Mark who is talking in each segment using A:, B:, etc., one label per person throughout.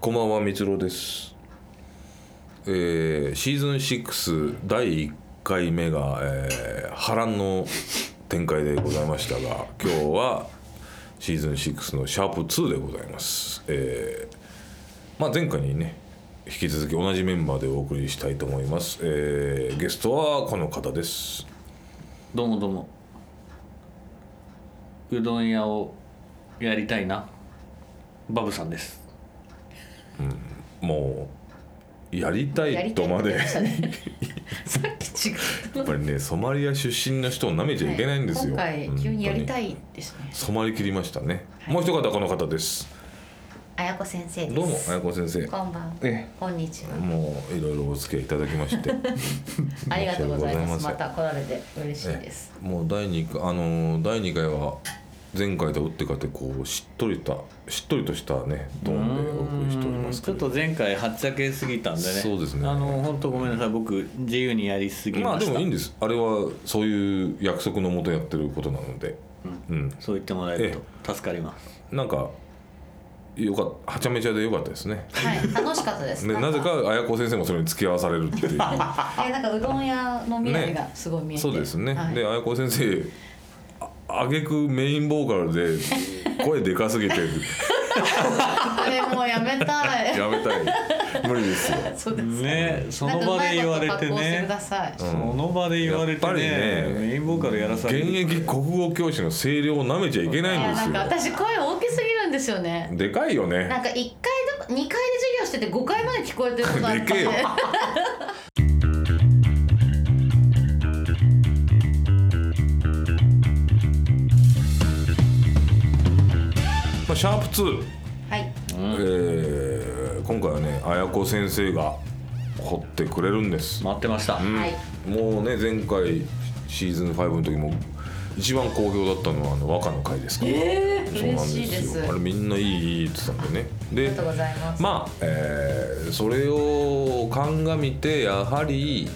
A: こんばんは、みつろです。えーシーズン6第1回目が、えー波乱の展開でございましたが、今日はシーズン6のシャープ2でございます。えーまあ、前回にね、引き続き同じメンバーでお送りしたいと思います。えーゲストはこの方です。
B: どうもどうもうどん屋をやりたいなバブさんです
A: もう、やりた
C: や
A: い
C: り
A: と
C: たいって
A: まで
C: 言って。ましたね さっき違っ
A: やっぱりねソマリア出身の人をなめち
C: た
A: ゃいけないんですよ、
C: 今回急にやりた
A: 本
C: いですね
A: 当に染まりきりましたね、
C: はい
A: もう一方この方です
C: 綾子先生です
A: どうも綾子先生
C: こんばんは
A: え
C: こんにちは
A: もういろいろお付き合いいただきまして
C: ありがとうございま
A: 申
C: す
A: し
C: ま
A: 訳
C: た来られて嬉しいです
A: ええもう第二回あのー第二回は前回と打って変わってこうしっとりとしっとりとしたねトーンでお送りしておりますけ
B: ちょっ
A: ど
B: と前回はっちゃけすぎたんでね
A: そうですね
B: あの本当ごめんなさい僕自由にやりすぎ
A: まあ
B: ま
A: で
B: した、
A: もいいんですあれはそういう約束のもとやってることなのでうん、
B: そう言ってもらえる
A: え
B: と助かります
A: なんかよかっはちゃめちゃでよかったですね
C: はい楽しかったです
A: でなぜ
C: ん
A: か綾子先生もそれに付き合わされるっていう
C: えなんかうどん屋の未来がすごい見えて
A: そうですね、
C: はい
A: で綾子先生ああげくメインボーカルで声でかすぎて
C: これもうやめたい
A: やめたい無理ですよ
C: そうです
B: ねそ
C: なん
B: の
C: かう
B: 場
C: ま
B: で
C: い
B: 言
C: こ
B: わ
C: と
B: れて
C: 格好してくだ
B: ね
C: さい
B: その場で言われて
A: やっぱりね
B: ねメインボーカルやらさ
A: 現
B: れて
A: 役国語教師の声量をなめちゃいけないい
C: やなん
A: ん
C: か
A: です
C: 私声大きすぎるんですよね
A: よでかいよ
C: なん
A: ね
C: か一回どこ二回で授業してて五回まで聞こえてることあっ
A: で
C: て
A: けえよまあ、シャープ2、
C: はい
A: えー今回はね綾子先生が掘ってくれるんです
B: 待ってました、
C: はい
A: もうね前回シーズン5の時も一番好評だったのはあの和歌の回ですから、
C: えー
A: そうなん
C: 嬉しいです
A: あれみんないいいいって言ってたんでね
C: あり
A: で
C: がとうございます
A: まあ、えーそれを鑑みてやはり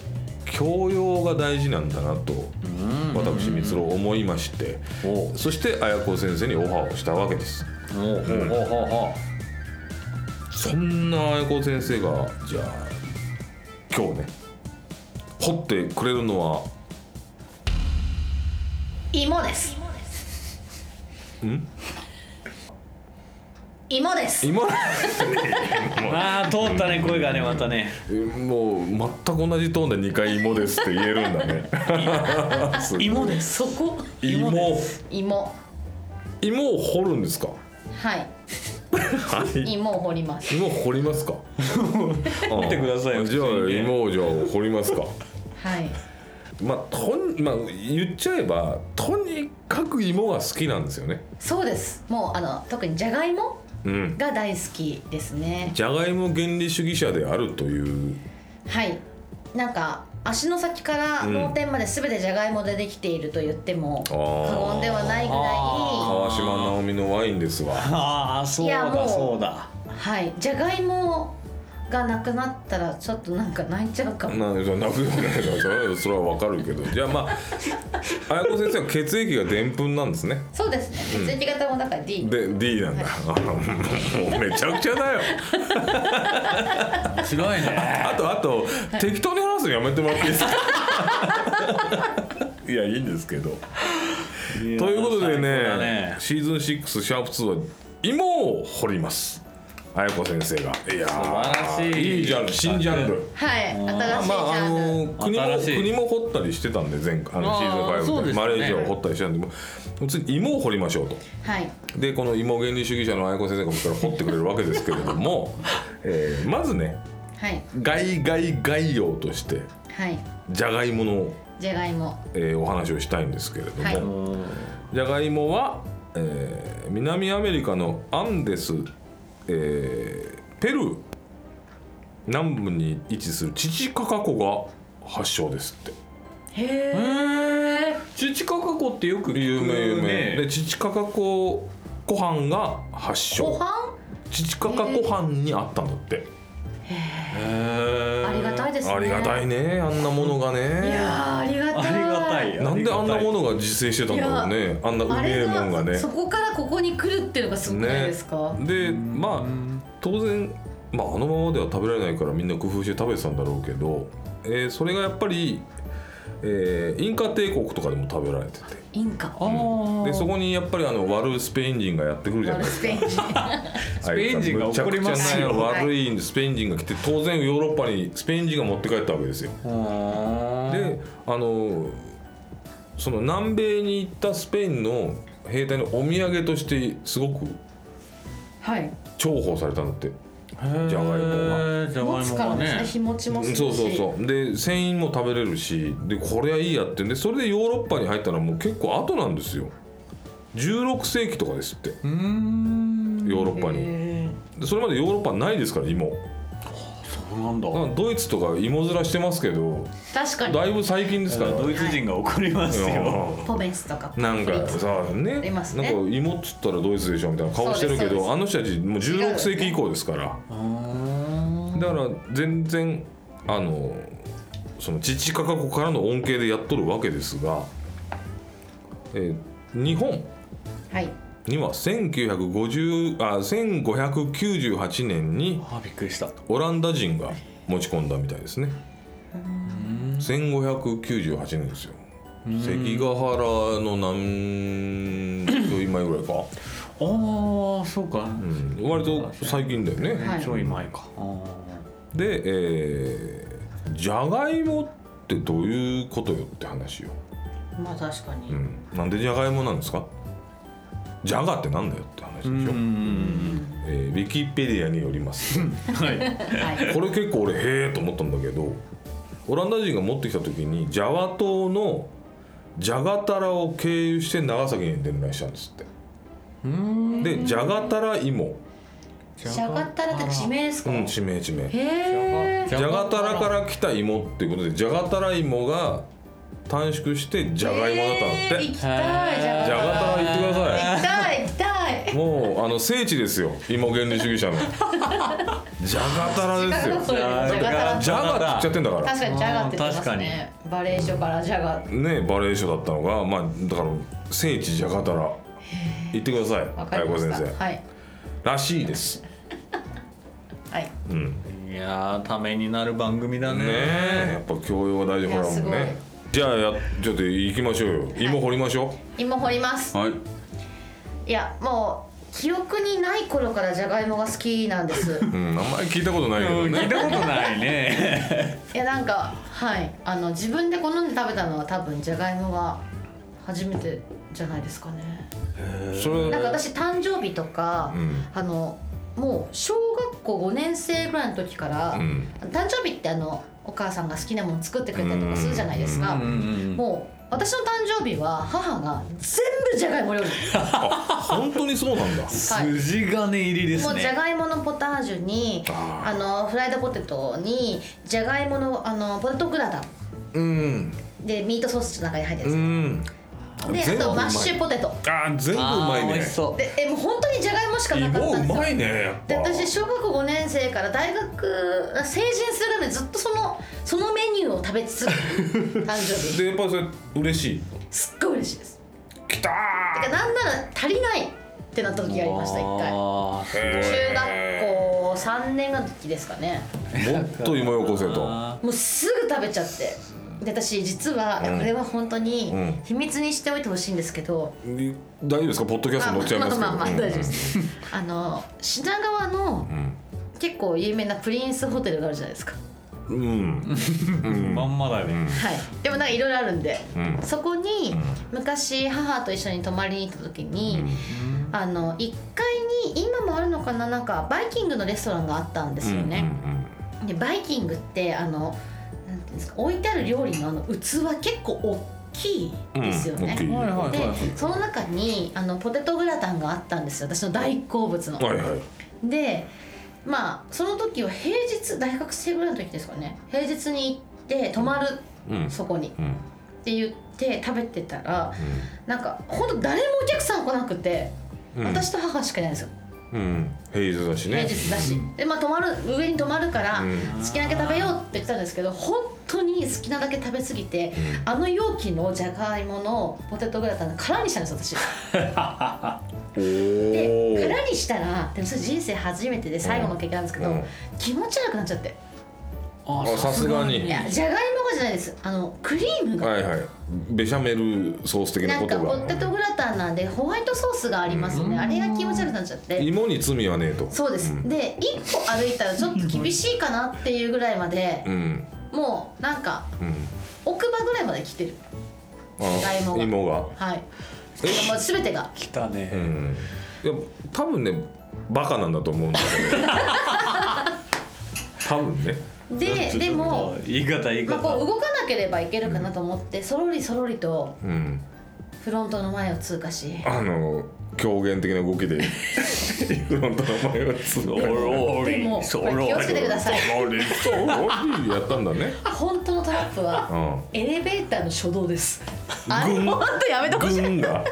A: 教養が大事なんだなと
B: うん
A: 私光郎思いまして
B: おう
A: そして綾子先生にオファーをしたわけです
B: おうおうおうおうおう
A: そんな綾子先生がじゃあ今日ね掘ってくれるのは
C: 芋です
A: ん
C: 芋です
A: 今
B: ああ通ったね声がねまたね
A: えもう全く同じトーンで2回芋ですって言えるんだね すごい
B: 芋です
C: そこ
A: 芋
C: 芋
A: 芋を掘るんですか
C: はい
A: はい
C: 芋を掘ります
A: 芋掘り ますか掘
B: ってくださいよ
A: じゃあ
B: 普通にね
A: 芋をじゃあ掘りますか
C: はい
A: まあとんまあ言っちゃえばとにかく芋が好きなんですよね
C: そうですもうあの特にじゃがいも
A: うん
C: が大好きですね
A: じゃがいも原理主義者であるという
C: はいなんか足の先から
A: うん
C: 脳天まで全てじゃがいもでできていると言っても過
A: あー
C: 言ではないぐら
B: あ
A: 川島直美のワインですが
B: ああそう
C: いやも
B: だ
C: う
B: そうだ
C: いはいじゃがいもがなくなったらちょっとなんか泣いちゃうかも
A: なんじゃ泣くよねそれはそれはわかるけどじゃあまあ綾子先生は血液がでんぷんなんですね
C: そうですね血液型もだから D、
A: で D なんだ、 もうめちゃくちゃだよ
B: 面白いね
A: あとあと、適当に話すのやめてもらっていいですか いやいいんですけど
B: とい
A: ということで
B: 最高
A: ね
B: だね
A: シーズン6シャープ2は芋を掘ります綾子先生がいやー
B: 素晴らしい
A: いいジャンル新ジャンル
C: はい新しいジ
A: まああ
C: ャンル、
A: のー国も
B: 新しい
A: 国も掘ったりしてたんで前回あの
B: あー
A: シーズン5
B: そう
A: で
B: です
A: マ
B: よね
A: レーシアを掘ったりしてたんでもう次芋を掘りましょうと
C: はい
A: でこの芋原理主義者の綾子先生がここから掘ってくれるわけですけれど も、えーまずね
C: はい
A: 外外概要として
C: はい
A: じゃがいもの、
C: じゃがいも
A: えーお話をしたいんですけれども、
C: はいう
A: じゃがいもは、えー南アメリカのアンデス、えーペルー南部に位置するチチカカ湖が発祥ですって
C: へえ
B: へえチチカカ湖ってよく
A: 有
B: 聞く
A: 名有名、で
B: ね
A: チチカカ湖湖畔が発
C: ご
A: 祥
C: 飯
A: チチカカ湖畔にあったんだって、
C: ありがたいですね
A: ありがたいねあんなものがね
C: いやーありがたい
B: ありがたいよ
A: なんであんなものが自生してたんだろうねあんなう
C: あ
A: めえ
C: れ
A: も
C: が
A: んがね
C: そこからここに来るっていうのがすごくないですか、
A: ねでまあ当然まあ、あのままでは食べられないからみんな工夫して食べてたんだろうけど、えーそれがやっぱり、えーインカ帝国とかでも食べられてて
C: インカ
B: あー
A: でそこにやっぱりあの悪いスペイン人がやってくるじゃないです
C: ス
A: か
C: ペイン 人
B: スペイン人が怒りますよ
A: あいつはむちゃくちゃな悪いスペイン人が来て当然ヨーロッパにスペイン人が持って帰ったわけですよ
B: で
A: であのその南米に行ったスペインの兵隊のお土産としてすごく
C: はい
A: 重宝されたんだってじ
B: じ
A: ゃがいも
B: がじゃが
C: 持
B: い
C: つ
B: も
C: から
B: が
C: ね
B: ね
C: 日持ちもするし
A: そうそうそうで繊維も食べれるしでこれはいいやってんでそれでヨーロッパに入ったのはもう結構後なんですよ16世紀とかですって
B: うーん
A: ヨーロッパに
C: へ
A: でそれまでヨーロッパないですから芋
B: そうなんだ
A: だからドイツとか芋面してますけど
C: ー確か
A: だ
C: に
A: いぶ最近ですから
B: ドイツ人が怒りますよ
A: うん
C: ポベスとか
A: なんかさね
C: あり
A: なん
C: ますね
A: か芋っつったらドイツでしょみたいな顔してるけ
C: そうですそうで
A: ど
C: す
A: あの人たちもう16世紀以降ですから
B: うーん
A: だから全然あのその地地価格からの恩恵でやっとるわけですが、えー日本
C: はい
A: には1950あ1598年に
B: あーびっくりした
A: オランダ人が持ち込んだみたいですね1598年ですよ関ヶ原の何今ぐらいか、
B: ああそうか、
A: うん、割と最近だよね、
C: はい
B: ちょい前かあ
A: でえーじゃがいもってどういうことよって話よ、
C: まあ確かに、
A: うん、なんでじゃがいもなんですかじゃがってなんだよって話でし
B: ー
A: ょ、
B: うん
A: えーウィキペディアによります
B: はい
C: はい
A: これ結構俺へえと思ったんだけどオランダ人が持ってきた時にジャワ島のジャガタラを経由して長崎に伝来したんですっ
B: うーん
A: てでジャガタラ芋、
C: シャガタラって地名です
A: う
C: か、
A: ん、地名地名
C: へえ
A: ジ
B: ジ
A: ャガタラからら来た芋っていうことでジャガタラ芋が短縮してジャガイモだったんだって
C: 行きたいじ
A: ジャガ
C: ゃ
A: タラ行ってくださ
C: 行きたい行きたい
A: いもうあの聖地ですよ芋原理主義 者のジャガタラですよ
C: そういうのジャガタラ
A: ジャガって言っちゃってんだから
C: 確かにジャガって言ってますねバレエ所からジャガ
A: ねバレエ賞だったのがまあだから聖地ジャガタラ行ってください
C: わかりま
A: 子
C: し
A: 先
C: た
A: 生
C: はい
A: らしいです。
C: はい
A: うん、ね
B: いやーためになる番組だね
A: え、やっぱ教養が大事だからも
C: いやす
A: ん
C: ごい
A: ね。じゃあやちょっと行きましょうよ。芋掘りましょ
C: 芋掘ります
A: う。はい。
C: いやもう記憶にない頃からじゃがいもが好きなんです
A: うん、あんまり聞いたことないけど
B: うん聞
A: ね。
B: いたことないね
C: いやなんかはいあの自分で好んで食べたのは多分じゃがいもが初めてじゃないですかね
A: それ
C: なんか私誕生日とか、
A: うん
C: あのもう小学校5年生ぐらいの時から、
A: うん
C: 誕生日ってあのお母さんが好きなもの作ってくれたりとかするじゃないですか、
B: うんうん
C: もう私の誕生日は母が全部じゃがいも料理
A: あ本当にそうなんだ。
C: はい
B: 筋金入りです
C: もうじゃ
B: ね
C: がいものポタージュに
A: あ
C: あのフライドポテトにじゃがいものあのポテトグラタン
A: うん、
C: でミートソースの中に入ってる
A: う
C: や
A: ん。
C: つで
A: 全部
C: あ
A: う
C: とマ
A: まい
C: ッシュポテト
A: あー、全部うまい
B: あー美
A: ね
B: 味し。そ
C: でえもう本当にじゃがいもしかなかったん
A: 芋う
C: ですよ
A: まいね、やっ
C: で
A: ぱ。
C: 私小学校5年生から大学あ成人するまでずっとそのそのメニューを食べ続ける誕生日
A: で、やっぱりそれ嬉しい。
C: すっごい嬉しいです
A: きた
C: だからなんなら足りないってなった
B: う
C: 時がありました一回
B: あー
A: ー。へ
C: 中
A: ー
C: 学校3年の時ですかね
A: もっと芋よこせと。
B: あ
C: もうすぐ食べちゃってで私実は、
A: うん
C: これは本当に
A: うん
C: 秘密にしておいてほしいんですけど、
A: 大丈夫ですか、ポッドキャスト
C: あ
A: に載っちゃいますけど。
C: まあまあまあ大丈夫です、あの品川の
A: うん。
C: 結構有名なプリンスホテルがあるじゃないですか
A: うん。
B: ーまんまだね
C: はい、でもなんかいろいろあるんで、
A: うん
C: そこに昔母と一緒に泊まりに行った時に、あの1階に今もあるのかななんかバイキングのレストランがあったんですよね、
A: うんうんうん
C: でバイキングってあのなんていうんですか置いてある料理のあの器結構大きいですよね、
A: うん大きい
B: はいはい
C: で
B: は
C: その中にあのポテトグラタンがあったんですよ私の大好物の、
A: はいはい。
C: でまあその時は平日大学生ぐらいの時ですかね平日に行って泊まる、
A: うん。
C: そこにっ
A: うん。
C: て言って食べてたらなんかほんと誰もお客さん来なくて、
A: うん
C: 私と母しかいないんですよ
A: うん。平日だし
C: 平
A: ね。
C: 日だし、でまあ泊まる上に泊まるから、
A: うん
C: 好きなだけ食べようって言ってたんですけど本当に好きなだけ食べ過ぎて、
A: う
C: あの容器のじゃがいものポテトグラタン空にしたんです私
A: お
C: で
A: ー
C: 空にしたらでもそれ人生初めてで最後の経験なんですけど、
A: うん
C: 気持ち悪くなっちゃって
B: あ
A: あさすがに
C: いやじゃがいもがじゃないですあのクリームが、
A: はいはいベシャメルソース的な
C: な
A: こ
C: んか
A: と
C: ポテト
A: が
C: グラタンなんでホワイトソースがありますよね、あれが気持ち悪くなっちゃって
A: 芋に罪はねえと
C: そうです、で一歩歩いたらちょっと厳しいかなっていうぐらいまで
A: う、ん
C: もうなんか
A: うん
C: 奥歯ぐらいまで来てる
A: あ
C: 芋が
A: 芋が
C: はい
A: え
C: もう全てが
B: 来たね、
A: うんいや多分ねバカなんだと思うんだけど多分 ね
C: ででも、
B: 言い方言い
C: まあ、
B: 方、
C: こう動かなければいけるかなと思ってそろりそろりと
A: うん
C: フロントの前を通過し
A: あの狂言的な動きでフロントの前はすごい
B: おろり
C: でも
B: そ
C: これ
B: ろり
C: 気をつけてください
B: そろり
A: そうやったんだね
C: 本当のトラップ
A: う
C: は
A: ん
C: エレベーターの初動ですあれ本当やめてほしい
A: 軍が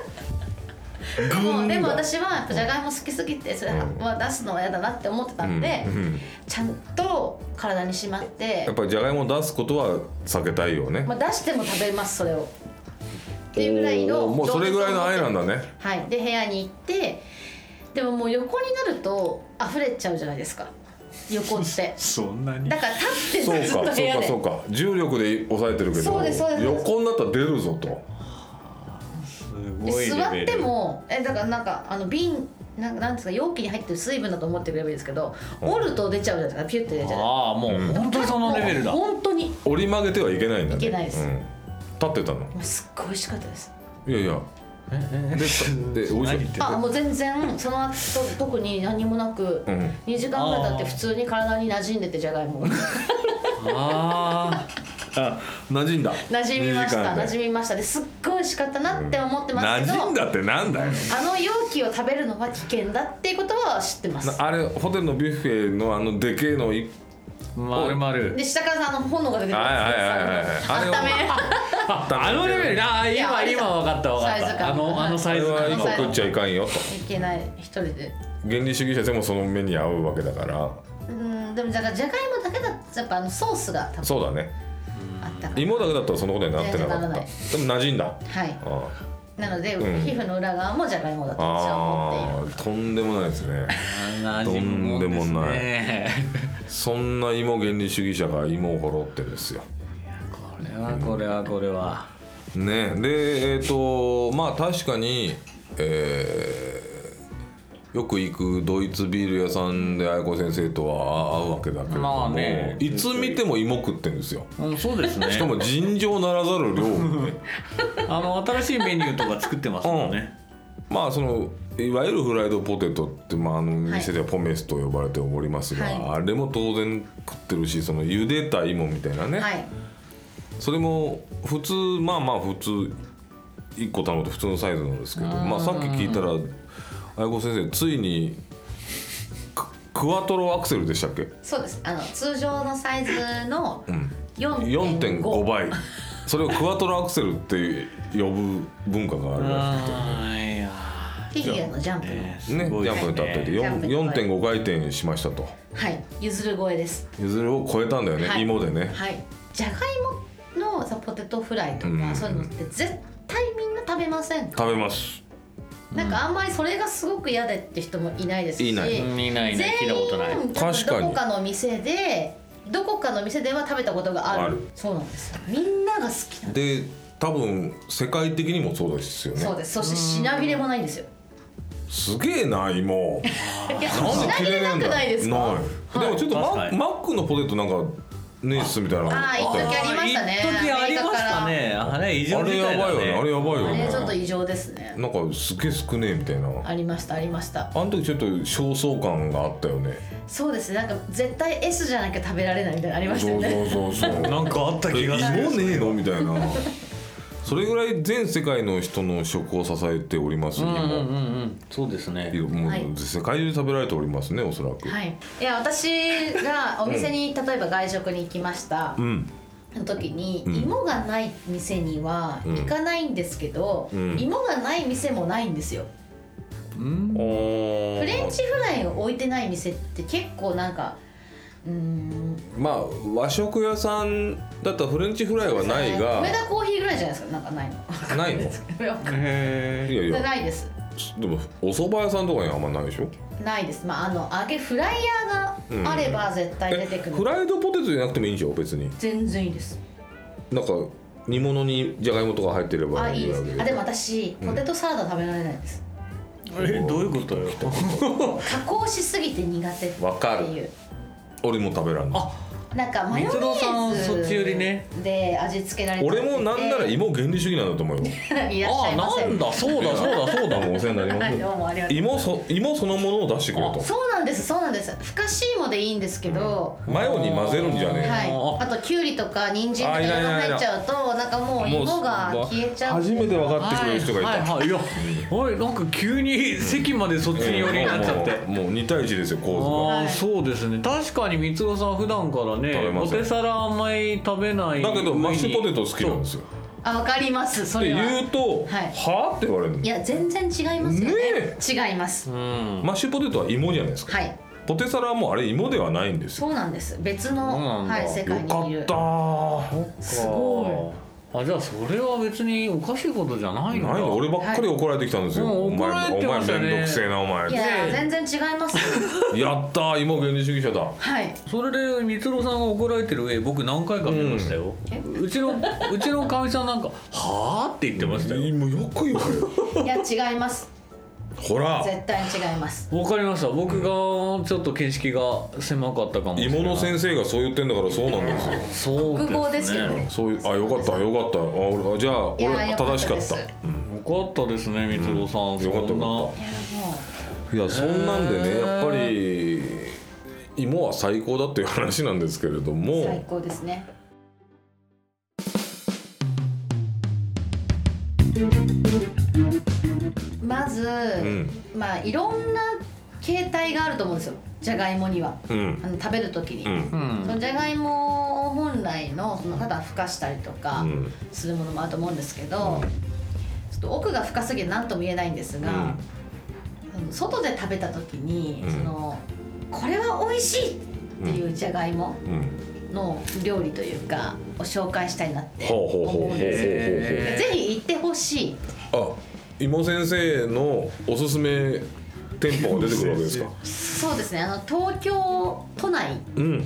C: もうでも
A: だ
C: 私はやっぱじゃがいも好きすぎてそれは出すのは嫌だなって思ってたんで、
A: うんうん
C: ちゃんと体にしまって
A: やっぱりじゃがいもを出すことは避けたいよね
C: まあ、出しても食べますそれをっていうぐらいの
A: おーもうそれぐらいの愛なんだね
C: はいで部屋に行ってでももう横になると溢れちゃうじゃないですか横って
B: そんなに
C: だから立って
A: そう
C: る
A: か
C: ずっ
A: そう
C: と
A: か
C: 部屋で
A: そうか重力で抑えてるけど
C: そうですそうです
A: 横になったら出るぞと
B: す
C: で
B: ごいレ
C: 座
B: ベ
C: っ
B: ル
C: てもえだからなんかあの瓶なんかなんですか容器に入ってる水分だと思ってくればいいですけど折ると出ちゃうじゃないですかピュッて出ちゃう
B: ああもう本当にそのレベルだ
C: もう本当にも
A: 折り曲げてはいけないんだね
C: いけないです
A: うん立ってたの
C: うすっごい美味しかったです
A: いやいやでで美味しい
B: 何言ってん
C: あ
B: の
C: もう全然その後特に何もなく、
A: うん
C: 2時間ぐらい経って普通に体に馴染んでてじゃがいもが
B: あ
A: あ馴染んだ
C: 馴染みま
A: 二
C: した
A: 時間で
C: 馴染みましたですっごい美味しかったなって思ってます
A: 馴
C: けど、
A: 染んだってなんだよ
C: あの容器を食べるのは危険だっていうことは知ってます
A: なあれホテルのビュッフェのあのでけえのい
B: あまるまる
C: で下からさあの炎が出てくる
A: はいはいはいはいはいあれを
C: 温め
B: ああのレベルだあー
C: いや
B: 今今分かった分
C: サイ
B: か
C: ズ
B: っ
C: 感
B: たあのあの
A: あ
B: サイ
A: れ
B: ズ
A: は
B: 感
A: 一
B: の
A: 個食っちゃいかんよと
C: いけない一人で
A: 原理主義者でもその目に合うわけだから
C: うんでもだからじゃがいもだけだとやっぱあのソースが多分
A: そうだね
C: あったから
A: 芋だけだったらそのことになってなかった
C: 全然ならない
A: でも馴染んだ
C: はい
A: あ
C: なので、
A: ん
C: 皮膚の裏側もじゃがいもだと私は思っている
A: あーとんでもないですね
B: あー
A: とんでもない
B: ね
A: そんな芋原理主義者が芋をほろってですよ
B: これはこれはこれは
A: ねでえっ、とまあ確かに、えーよく行くドイツビール屋さんで愛子先生とは会うわけだけれども、
B: まあね
A: いつ見ても芋食ってんですよ
B: うんそうですね
A: しかも尋常ならざ る量をね
B: あの新しいメニューとか作ってますもんね、
A: まあそのいわゆるフライドポテトって、まあ、あの店ではポメスと呼ばれておりますが、
C: は
A: あ
C: い
A: れも当然食ってるしその茹でた芋みたいなね、
C: はい
A: それも普通まあまあ普通1個頼むと普通のサイズなんですけどまあ、さっき聞いたら愛子先生ついにククワトロアクセルでしたっけ
C: そうですあの通常のサイズの4.5
A: 4.5倍それをクワトロアクセルって呼ぶ文化があるら
B: あーいや
C: フィギュアのジャンプの、
B: ね
A: しいね
B: すごい
A: ジャ
B: で
A: ン
B: す
A: プに立っててよん4.5回転しましたと
C: はい譲る声です
A: ゆずるを超えたんだよね、
C: はい
A: 芋でね
C: はいじゃがいものさポテトフライとか、
A: うん
C: そういうのって絶対みんな食べませんか
A: 食べます
C: なんかあんまりそれがすごく嫌でって人もいないですし
A: いない
B: うんいないね聞いたことない
C: 全員
A: 確か
C: ど
A: に
C: こかの店でどこかの店では食べたことがある
A: ある
C: そうなんですよみんなが好きなんで
A: で多分世界的にもそうですよ
C: すそう
A: ね
C: ですそして品切れもないんですよ
A: すげえな芋
C: いや
A: なん
C: 品
A: で
C: 切
A: 切れね
C: れ
A: え
C: なん
A: だ
C: く
A: よ
C: ないですか
A: ないでもちょっとマ,、
B: 確かに
A: マックのポテトなんかねえっすみたいなの
C: あー一
A: った
C: 時
A: よ
C: ありましたね
B: 一時ありましたねあれ異常
A: あれ
B: み
A: や
B: た
A: ばい
B: い
A: よ
B: だ
A: ねあれやばいよ
C: あ
A: ね
C: れちょっと異常ですね
A: なんかすげえ少ねえみたいな
C: ありましたありました
A: あの時ちょっと焦燥感があったよね
C: そうですねなんか絶対 S じゃなきゃ食べられないみたいなのありました
A: そ
C: よ
A: う
C: ね
A: そうそう そう
B: なんかあった
A: え
B: 気がする
A: 芋ねえのみたいなそれぐらい全世界の人の食を支えております
B: うん
A: 芋、
B: うんうんうんそうですね
A: もう
C: はい
A: 世界中で食べられておりますねおそらく、
C: はい、いや私がお店に、例えば外食に行きました
A: う、ん
C: その時に、
A: ん
C: 芋がない店には行かないんですけど、
A: うん
C: 芋がない店もないんですよ、
B: うん
A: フ
C: フレンチフライを置いてない店って結構なんかうーん
A: まあ和食屋さんだったらフレンチフライはないが
C: 梅田コーヒーぐらいじゃないですかなんかないの
A: ないの
C: わかんない
B: へ
A: いやいや
C: ないです
A: でもお蕎麦屋さんとかにはあんまないでしょ
C: ないですまああの揚げフライヤーがあれば絶対出てく
A: フ
C: る
A: ライドポテトじゃなくてもいいんでしょ別に
C: 全然いいです
A: なんか煮物にじゃがいもとか入ってれば
C: あいいです
A: わけ
C: あでも私ポテトサラダ食べられないです
B: えどういうことよ
C: 加工しすぎて苦手って
A: わか
C: い
A: る
C: う
A: 俺も食べらんない
B: あ
C: なんかマヨネ
B: 光郎さんそっち寄りね
C: ーズで味付けられてて
A: 俺もなん なら芋原理主義なんだと思うよ
C: いらっしゃ
B: あ
C: いませ
B: なんだそうだそうだそうだ
A: もうお世話になりま
C: はいどう
A: す
C: もありがとう
A: 芋そ芋そのものを出してくれと
C: そうなんですそうなんですふかし芋でいいんですけど、
A: マヨに混ぜるんじゃね
C: はい、あときゅうりとか人参とか
A: あい
C: い
A: ない
C: ろ
A: い
C: いろ
A: ない
C: 入っちゃうとなんかもう
A: えもう
C: 芋が消えちゃう
A: 初めて分かってく
B: は
A: れ
B: い
A: る人がいた、
B: はいはいいやおいなんか急に席までそっちに寄りになっちゃって
A: もうもうもう2対1ですよ構
B: あ
C: は
B: あ
C: い
B: そうですね確かに光郎さん普段から
A: 食べ
B: ね
A: ま
B: ポ
A: せん
B: テサラあんまり食べない
A: 図がだけど
B: 上に
A: マッシュポテト好きなんですよ
C: あわかりますそ
A: で
C: れは
A: 言うと「
C: はい
A: はあ?」って言われるの
C: いや全然違いますよね
A: ね
C: 違います
B: そううん
A: マッシュポテトは芋じゃないですか
C: はい
A: ポテサラはもうあれ芋ではないんですよ
C: そうなんです別の
B: そうなんだ
C: はい、世
A: よ
C: 界
A: か
C: にいる
A: ったー
C: すご
B: いあじゃあそれは別におかしいことじゃないんだ
A: ないの俺ばっかり怒られてきたんですよ、
B: はい
A: お前
B: うん怒られて
A: お
B: ました
A: 前
B: ね
A: めんどくせえなお前
C: いや全然違います
A: やったー芋原理主義者だ
C: はい
B: それで光郎さんが怒られてる上僕何回か見ましたよ、うちのうちのかみさんなんか「はあ?」って言ってましたよ
A: もうよく言われる
C: いや違います
A: ほら
C: 絶対違います
B: わかりました僕がちょっと見識が狭かったかもしれない
A: 芋の先生がそう言ってんだからそうなんですよ
B: そう
C: 複合ですよね
A: そういうあよかったよかったあ俺じゃあ
C: い
A: 俺
C: やよかった
A: 正しかっ
C: です
A: た
B: よかったですね光郎さん、
A: よかった
B: そんな
A: よ
C: いやも
A: いやそんなんで
B: へ
A: ね
B: ー
A: やっぱり芋は最高だっていう話なんですけれど
C: う最
A: も
C: 高ですねまず、
A: うん
C: まあいろんな形態があると思うんですよじゃがいもには
A: うん
C: あの食べる時に、
A: うん
B: うん
C: そのじゃがいもを本来のそのただふかしたりとか
A: うん
C: するものもあると思うんですけど、ちょっと奥が深すぎて何とも言えないんですが、あの外で食べた時に、
A: うん
C: そのこれは美味しいっていうじゃがいも
A: うん
C: の料理というかを紹介したいなって
A: ほうほうほうほうほうほうほ
C: 思うんです
B: へ
C: ぜひ行ってほしい
A: あ芋先生のおすすめ店舗が出てくるわけですか
C: そうですねあの東京都内
A: うん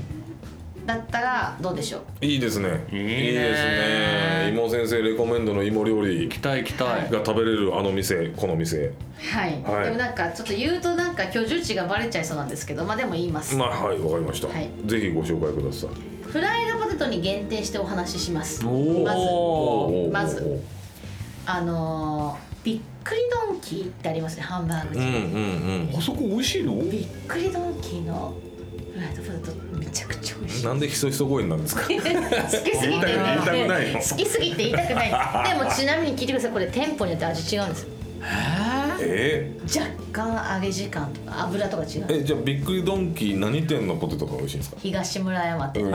C: だったらどうでしょう
A: いいですね
B: いいね
A: ですね芋先生レコメンドの芋料理
B: 行きたい行きたい、
A: が食べれるあの店この店
C: はい、
A: はい
C: でもなんかちょっと言うとなんか居住地がバレちゃいそうなんですけどまあでも言います、
A: まあはいわかりました、
C: はい
A: ぜひご紹介ください
C: フライドポテトに限定してお話しします
B: お
C: まず
B: お
A: おー
C: まずあのー、びっくりドンキーってありますねハンバーグ
A: うん
C: 店、
A: うんうんあそこ美味しいの
C: びっくりドンキーのフライドポテトめちゃくちゃ美味しい
A: なんでひそひそ声になるん ですか
C: 好きすぎて
A: 言いたく ないの
C: 好きすぎて言いたくないでもちなみに聞いてくださいこれ店舗によって味違うんですよ
A: え
C: 若干揚げ時間とか油とか違うん
A: ー、
C: です
A: えじゃあびっくりドンキー何店のポテトが美味しいんですか
C: 東村山 店、
A: うん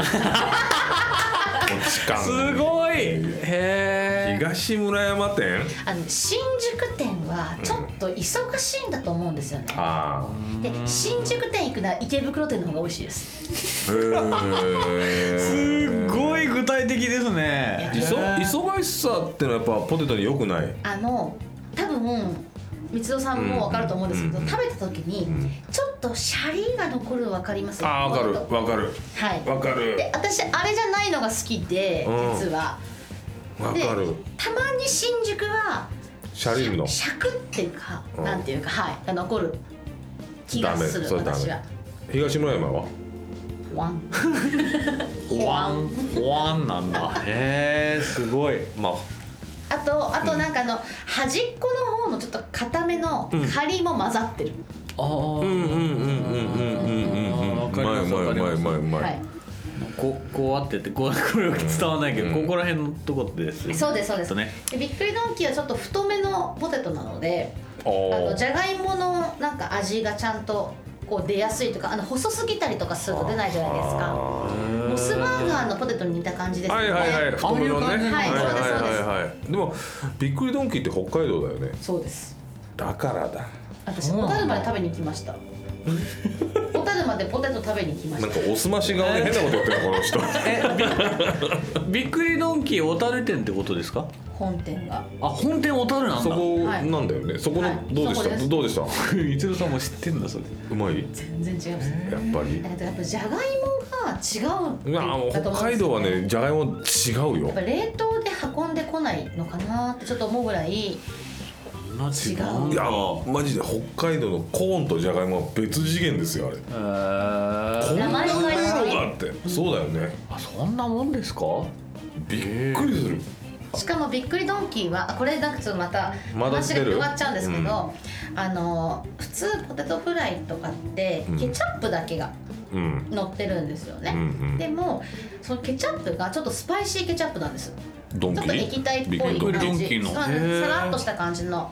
B: すごいへえ
A: 東村山店
C: あの新宿店はちょっと忙しいんだと思うんですよね、
A: あ
C: で新宿店行くなら池袋店の方が美味しいです
A: あへえ
B: すごい具体的ですね
A: いそ忙しさってのはやっぱポテトに良くない
C: あの多分光郎さんも分かると思うんですけど、
A: うんうん
C: 食べた時にちょっとシャリが残る分かります
A: あーわかる
C: ポテト
A: わかる
C: はい
A: わかる
C: で私あれじゃないのが好きで
A: うん
C: 実は、
A: わ
C: で
A: かる
C: たまに新宿は
A: シャリの
C: シャクっていうか、
A: うん
C: なんていうかはいが残る気がする
A: ダメそれダメ
C: 私は
A: 東村山は
C: ワン
B: ワンワンなんだへえすごい
A: まあ
C: あとあとなんかあの、端っこの方のちょっと固めのカリも混ざってる、
B: ああ
A: うんうんうんうんうんうんうん
B: わかり
A: 前
B: ますわ
A: 前
B: かり
A: 前
B: ます
A: 前前
C: はい
B: こうこうあっててこうこ れは伝わらないけど、ここら辺のとこですよ
C: そうですそう
B: き
C: で
B: っと
C: す、
B: ね
C: でびっくりドンキーはちょっと太めのポテトなので
A: あ
C: あの
A: ー
C: じゃがいものなんか味がちゃんとこう出やすいとかあの細すぎたりとかすると出ないじゃないですか
A: あ
C: モスバーガーのポテトに似た感じですよ
A: は
C: ね
A: いはいはい太めのね
B: ああいう感じの
A: はいはい
C: はいそうですそうです
A: はいはいでもびっくりドンキーって北海道だよね
C: そうです
A: だからだ
C: 私
B: そうな
C: 小
B: んだ
C: 樽まで食べに行きました小樽までポテト食べに来ま
A: な
C: し
A: ん
C: た
A: かおすまし顔で変なこと言ってるこの人
B: えびびっくりドンキー小樽店ってことですか
C: 本店が
B: あ本店小樽なん
A: そ
B: だ
A: こなんだよねそこ
C: は
A: の
C: い
A: どうで
C: そこ
A: し
C: で
A: た
C: す
A: どうでした
B: 一郎さんも知ってんだそれ
A: うまい
C: 全然違いますね
A: やっぱり
C: だけどやっぱじゃがいもが違うって
A: い
C: 言
A: やもう
C: ったと
A: 北
C: 思うんで
A: 海道
C: すよ
A: はねじゃがいも違う
C: や
A: よ
C: っぱ冷凍で運んでこないのかなってちょっと思うぐらい
B: な
C: 違うん
A: いや
B: へ
A: マジで北海道のコーンとじゃがいもは別次元ですよあれ
B: え
A: こん
B: ー、
A: なうまいの
C: 名前が
A: がってそうだよね
B: あそんなもんですか
A: びっくりする
C: しかもびっくりドンキーはあこれなんかちょっとまた
A: まだ
C: 話が
A: 出る
C: 広がっちゃうんですけど、あの普通ポテトフライとかって
A: うん
C: ケチャップだけが
A: うん
C: 乗ってるんですよ
A: う
C: ね、
A: ん
C: でもそのケチャップがちょっとスパイシーケチャップなんです
A: うんドン
C: ちょっ
A: キ
C: と液体っ
A: びっ
C: ぽい
A: くり
B: ド
C: 感
B: ンキ
C: じ
B: ーの
C: そうなん
B: へ
C: で
B: ー
C: すさらっとした感じの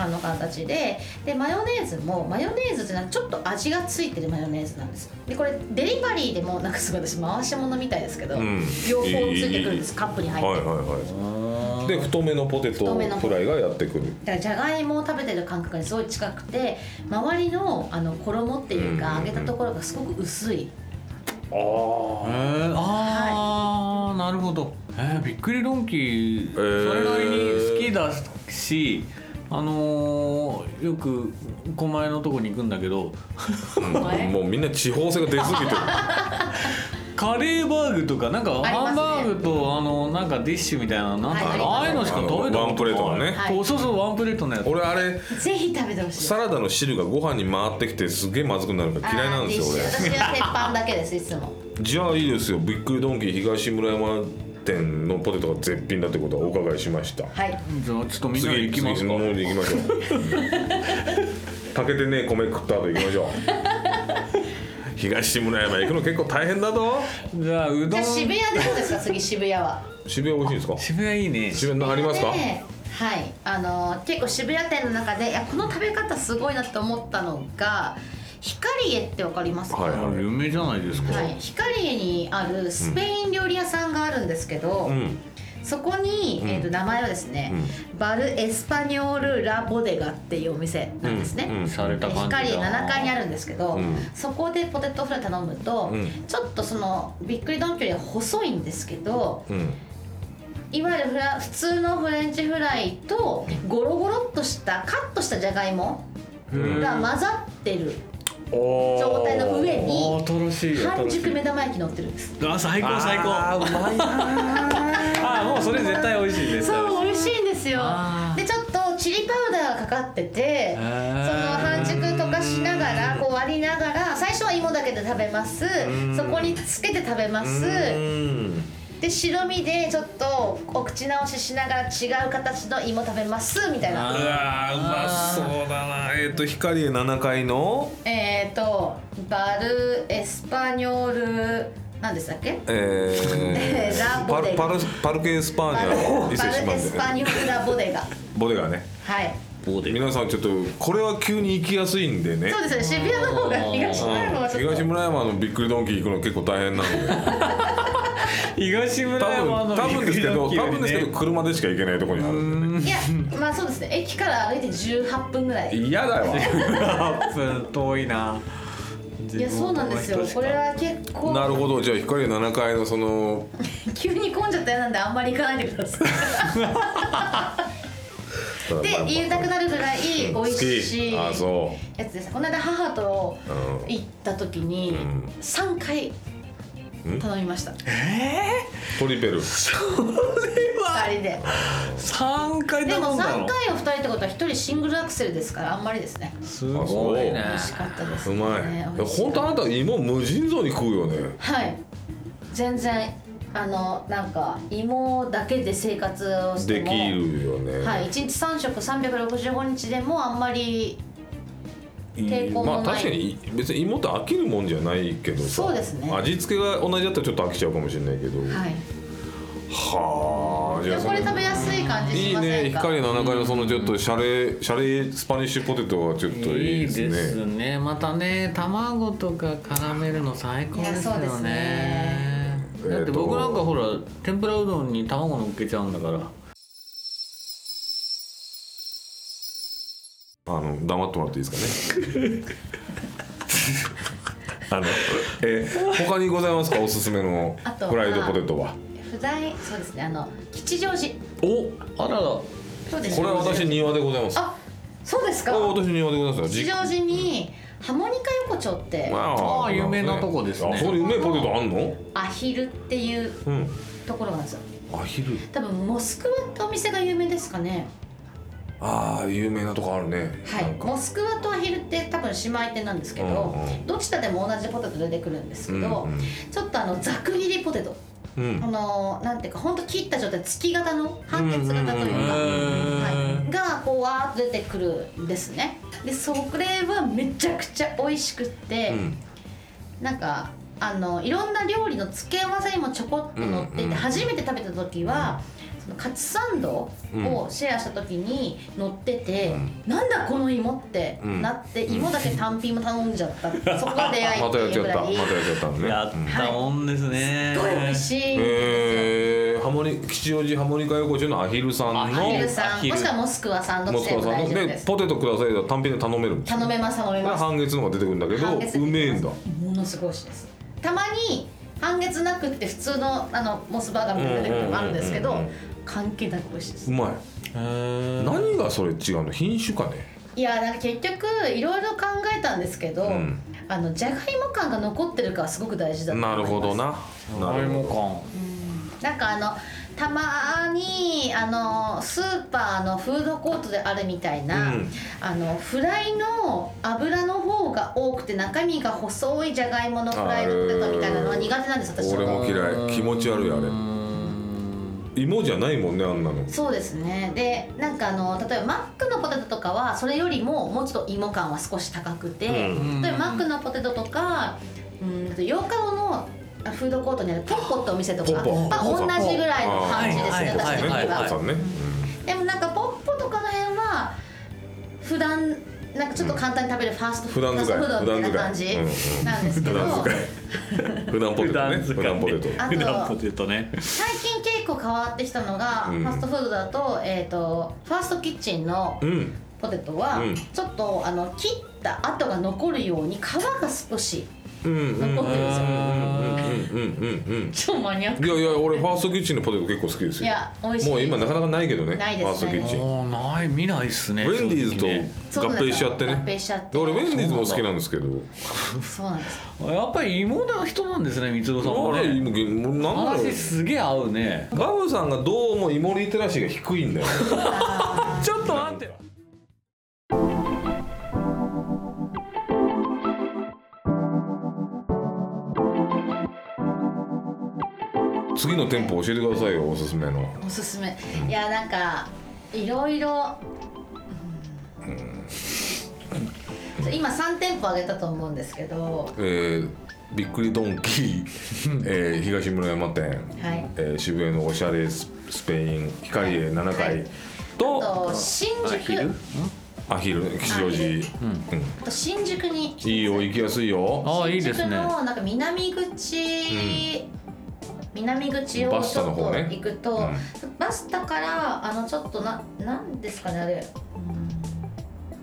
C: あの形ででマヨネーズもマヨネーズじゃなくちょっと味がついてるマヨネーズなんですでこれデリバリーでもなんかすごい私回し物みたいですけど、
A: うん
C: 両方ついてくるんですカップに入って、
A: はいはいはいで太めのポテトフライがやってくる
C: だからじゃがいもを食べてる感覚にすごい近くて周りのあの衣っていう
A: うん
C: か揚げたところがすごく薄い
B: へー、あー、なるほど、えー、びっくりドンキー、
A: ー
B: それなりに好きだしあのー、よく狛江のとこに行くんだけど
A: うんもうみんな地方性が出過 ぎてる
B: カレーバーグとかなんか
C: あり
B: ハ
C: ます
B: ン
C: ね
B: バーグとあのなんかディッシュみたいななんだろうあ
C: はい
B: あいうのしか食べたことな
A: あ
B: い
A: のワンプレートのね
C: はい
B: そうそうそうワンプレートのやつ
A: 俺あれ
C: ぜひ食べてほしい
A: サラダの汁がご飯に回ってきてすげえまずくなるから嫌いなんですよ
C: あー私は鉄板だけですいつも
A: 俺じゃあいいですよびっくりドンキー東村山店のポテトが絶品だってことはお伺いしました
C: はい
B: じゃあちょっとみんなで
A: 次
B: 行き
A: 次
B: ますか
A: 飲んでいきましょう炊けてねえ米食った後行きましょう東村山行くの結構大変だぞ
B: じゃあう
C: じ
B: ど
C: ゃあ
B: ん
C: 渋谷でどうです か次渋谷は
A: 渋谷美味しいんですか
B: 渋谷いいね
A: 渋谷のありますか
C: ではいあのー結構渋谷店の中でいやこの食べ方すごいなって思ったのが光家ってわかりますか、
A: はい
B: あ有名じゃないですか、
C: はい、光家にあるスペイン料理屋さんがあるんですけど、
A: うん
C: そこに、えー、と名前はですね、バル・エスパニョール・ラ・ボデガっていうお店なんですね、
A: うんうん
B: された感じだ
C: 光7階にあるんですけど、
A: うん
C: そこでポテトフライ頼むと、
A: うん
C: ちょっとそのびっくりドンキよりは細いんですけど
A: うん
C: いわゆるフラ普通のフレンチフライとゴロゴロっとしたカットしたじゃがいもが混ざってる状態の上に
B: 新しい
C: 半熟目
B: だ
C: 玉焼き乗ってるんです
B: あ最高最高
A: あー
B: あ
A: うまいなー
B: ーもうそれ絶対美味しいです
C: そう美味しいんですよ
B: あー
C: でちょっとチリパウダーがかかっててその半熟溶かしながらこう割りながら最初は芋だけで食べますそこにつけて食べま
A: う
C: す
A: ーん
C: で白身でちょっとお口直ししながら違う形の芋食べますみたいな
A: うわーうまそうだなえっ、と光栄7階の
C: えっ、ー、とバルエスパニョール何でしたっけ
A: え
C: えー ラ
A: ー、
C: ボ
A: パ
C: デ
A: ル
C: ガ
A: パルパルケ・エスパ
C: バ
A: ー
C: ル
A: ニャの伊
C: バ
A: 勢
C: ル
A: 志摩
C: エス パ
A: で
C: ニョールラボデガ
A: ボデガね
C: はい
B: 棒で
A: 皆さんちょっとこれは急に行きやすいんでね
C: そうですね渋谷の方が東の方がちょっ
A: 東
C: と
A: 村山のびっくりドンキー行くの結構大変なんで
B: 東
A: 多
B: 村山の
A: 分多分ですけど多分ですけど車でしか行けないとこにあるん
C: いや、まあそうですね。駅から歩いて18分ぐら
A: で
C: い。
A: ね嫌だわ
B: 8分遠いない
C: や、そうなんですよ。これは結構
A: なるほどじゃあ光7階のその
C: 急に混んじゃったようなんであんまり行かないでください。で、言いたくなるぐらい美味し
A: 好
C: い
A: きあ
C: や
A: そ
C: つです。この間母と行った時に
A: ん
C: 3回頼みました。2
B: ええ
A: うトリペル
C: 人で。
B: 三回
C: で
B: 頼
C: も
B: んだの
C: 3回を2人ってことは1人シングルアクセルですからあんまりですね。
B: す
A: ごいね
B: ね
C: 美味しかったです、
A: う
C: ね。
A: まい
C: 美味し
A: 本
C: かった
A: 当あなた芋無尽蔵に食うよね
C: はい全然あのなんか芋だけで生活をして
A: で
C: も
A: きるよね
C: はい、1日3食365日でもあんまり抵抗もない
A: まあ確かに別に芋って飽きるもんじゃないけどさ
C: そうですね
A: 味付けが同じだったらちょっと飽きちゃうかもしれないけど
C: はい
A: はあ
C: でもこれ食べやすい感じ
A: い
C: し
A: い
C: ませ
A: ね
C: んか
A: 光の中のそのちょっとシャレシャレスパニッシュポテトはちょっとい
B: い
A: い
B: い
A: ですね
B: ですねまたね卵とか絡めるの最高ですよ
C: いやそうです
B: ね
C: ね
B: だって
A: え
B: 僕
A: ーと
B: なんかほら天ぷらうどんに卵のっけちゃうんだから
A: あの黙ってもらっていいですかねあのえ他にございますかおすすめの
C: あとは
A: フライドポテトは
C: 不在そうですねあの吉祥寺
A: お
B: あらら
C: そうです
A: これは私庭でございますあ
C: あそうですか
A: 私庭でございます
C: 吉
A: よ
C: 祥寺にハモニカ横丁って
B: ああ有名なとこですね
A: あそれ有名ポテトあんの
C: アヒルっていう
A: うん
C: ところなんですよ
A: アヒル
C: 多分モスクワってお店が有名ですかね
A: ああ有名なとこあるね
C: はい
A: なんか
C: モスクワとアヒルって多分姉妹店なんですけど、
A: うんうん
C: どちらでも同じポテト出てくるんですけど、
A: うんうん
C: ちょっとあのざく切りポテト
A: うん
C: このなんていうか本当切った状態月型の半月型という
B: うんう
C: か、
B: んうん
C: はい、がこうわーっと出てくるんですねでそれはめちゃくちゃ美味しくって、
A: うん
C: なんかあのいろんな料理の付け合わせにもちょこっと乗っていて、
A: うんうん
C: 初めて食べた時は、そのカツサンドをシェアした時に乗ってて、なんだこの芋って
A: うん
C: なって、芋だけ単品も頼んじゃった、そこが出会い
A: ま
C: ったて
A: やっ
C: い
A: ちゃ
C: う
A: っ
C: ぐ
A: た
C: ら
A: また
C: い
A: やっ
C: す
A: ちゃったのね
B: やったもんですね
C: ごい美味しいんですよ
A: えー、ハモリ吉祥寺ハモリカ横丁のアヒルさんの
B: ア
C: ヒ
B: ヒ
C: ルさ
B: ア
C: ん
B: ヒル
C: もしくはモスクワさんど
A: モ
C: っ
A: ス
C: ちで
A: カさ
C: も大
A: んの
C: 丈夫で
A: ですポテトくださいと単品で頼めるんです
C: 頼めます頼めます
A: 半月のが出てくるんだけ
C: 半
A: ど
C: 月
A: うめえんだ
C: ものすごい美味しいですたまに半月なくって普通のあのモスバーガーみたいなの出てくるのもあるんですけ
A: うんう
C: ど
A: んうんうん
C: 関係なく美味しいです
A: うまい
B: うん
A: 何がそれ違うの品種かね
C: いやなんか結局いろいろ考えたんですけど、
A: うん
C: あのじゃがいも感が残ってるかはすごく大事だと思
A: ないる
C: ます
A: ほどな
B: な
A: なる
B: る
A: ほど
B: も
C: なんかあのたまにあのスーパーのフードコートであるみたいな、
A: うん
C: あのフライの油の方が多くて中身が細いじゃがいものフライドポテトみたいなのは苦手なんです私
A: 俺も嫌い気持ち悪いあれ芋じゃないもんねあんなの
C: そうですねでなんかあの例えばマックのポテトとかはそれよりももうちょっと芋感は少し高くて、
A: うん
C: 例えばマックのポテトとかうんあと洋館のあフードコートにあるポッポってお店とか
A: ポッポ
C: まあ同じぐらいの感じですね
B: あー
C: 私的に
B: はいはいはい
C: は
A: さんね
C: でもなんかポッポとかの辺は普段なんかちょっと簡単に食べるファーストフ
A: 普段使い
C: フードみたいな感じ
A: 普段使いうんうん
C: なんですけ
A: 普
C: ど
A: 段使い普段ポテトね普段ポテ
B: 普段ポテト
A: ト
C: あ
B: 普段ポ
C: と
B: テトね
C: 最近結構変わってきたのが、
A: うん
C: ファストフードだと,、えー、とファーストキッチンの
A: うん
C: ポテトは、
A: うん
C: ちょっとあの切った跡が残るように皮が少し
A: うんうんうんうんうんうん
C: 残ってるんですよ
A: うん
C: 超マニアッ
A: うんいやいや俺ファーストキッチンのポテト結構好きですよ
C: いや美味しい
A: もう今なかなかないけどね
C: ないです
A: ファーストキッチン
B: もうない見ないっすね
A: ウェンディ
B: 正直
A: ー
B: ね
A: ズと合併しちゃってね
C: 合併しちゃって
A: で俺ウェンディーズも好きなんですけど
C: そうなんです
B: やっぱり芋な人なんですね三つ子さん
A: あ
B: は
A: れ
B: ね
A: 今もうなんだろう
B: 話すげえ合うね
A: ガムさんがどうもイモリテラシーが低いんだよ
B: ちょっと待って
A: 次の店舗教えてくださいよおすすめの
C: おすすめいやなんかいろいろうんそう今3店舗あげたと思うんですけど
A: えー、びっくりドンキ ー、えー、東村山店、
C: はい
A: えー渋谷のおしゃれススペイン光栄7階、
C: はいあ
A: と
C: と新
B: アヒル
C: 宿
A: アヒル吉祥
C: アヒル
A: 寺、うん
C: あと新宿に
A: いいよ行きやすいよ
B: ああいいです
C: 新宿
B: ね
C: のなんか南口、南口を
A: バス
C: ち
A: タ
C: ょ
A: の
C: っと
A: 方ね
C: 行くと、バスタからあのちょっとななんですかねあれうん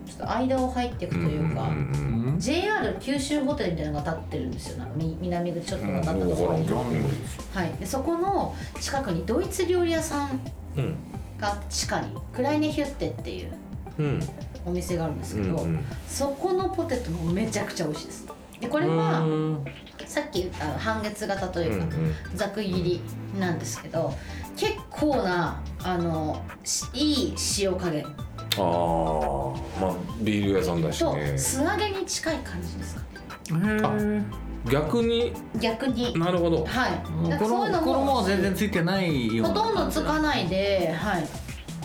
C: ちょっと間を入っていくというか、
A: うんうんうん
C: JR 九州ホテルみたいなのが立ってるんですよなんかみ南口ちょっと
A: うん
C: 渡ったと
A: 分
C: こ
A: か
C: ろ
A: らん
C: に、
A: けどうん
C: はい、でそこの近くにドイツ料理屋さん
A: うん
C: が地下にクライネヒュッテっていう
A: うん
C: お店があるんですけど、
A: うんうん
C: そこのポテトもめちゃくちゃ美味しいですでこれは、さっき言った半月型というか、ざく切りなんですけど結構なあのしいい塩加減
A: ああまあビール屋さんだし
C: と
A: ね
C: 素揚げに近い感じですかね
A: 逆に
C: 逆に
A: なるほど
C: はいだからそう
B: 衣
C: いうの
B: 衣
C: も
B: は全然ついてないよう
C: ほ
B: な
C: とんど
B: 感じ
C: つ
B: だ
C: かないではい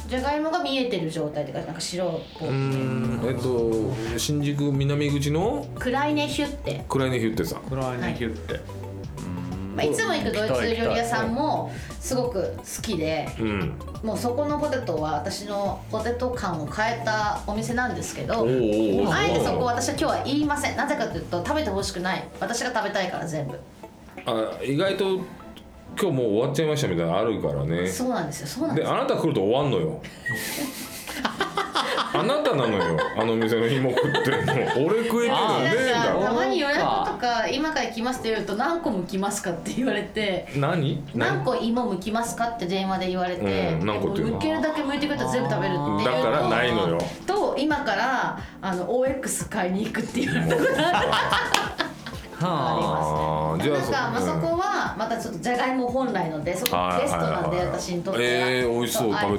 C: じゃがいもが見えてる状態というかなんか白っぽ
A: う
C: い、
A: んえっと新宿南口の
C: クライネヒュって、
A: クライネヒュッテさん
B: クライネヒュって
C: まあ、いつも行くドイツ料理屋さんもすごく好きで
A: うん
C: もうそこのポテトは私のポテト感を変えたお店なんですけど
A: おーおーおー
C: あえてそこは私は今日は言いませんなぜかというと食べてほしくない私が食べたいから全部
A: あ意外と今日もう終わっちゃいましたみたいなのあるからね
C: そうなんですよそうなん
A: で
C: です
A: あ
C: よ
A: なた来ると終わんのよああなたなのよあの店の芋食ってるの俺食いてるのねえんだ
C: なんか
A: ろ
C: たまに予約とか今から来ますって言うと何個むきますかって言われて
A: 何
C: 何個芋むきますかって電話で言われて、
A: うん何個っていうの
C: むけるだけ剥いてくれたら全部食べるっていう
A: だからないのよ
C: と今からあの OX 買いに行くって言われたことあ
B: は
A: あー
C: る
A: じゃ
C: な
A: あ
C: んかまあそこはまたちょっとじゃがいも本来のでそこ
A: はい
C: ベスト
A: はい
C: なん
A: はい
C: で
A: はい
C: 私にとっては
A: えー、美味しそう食べ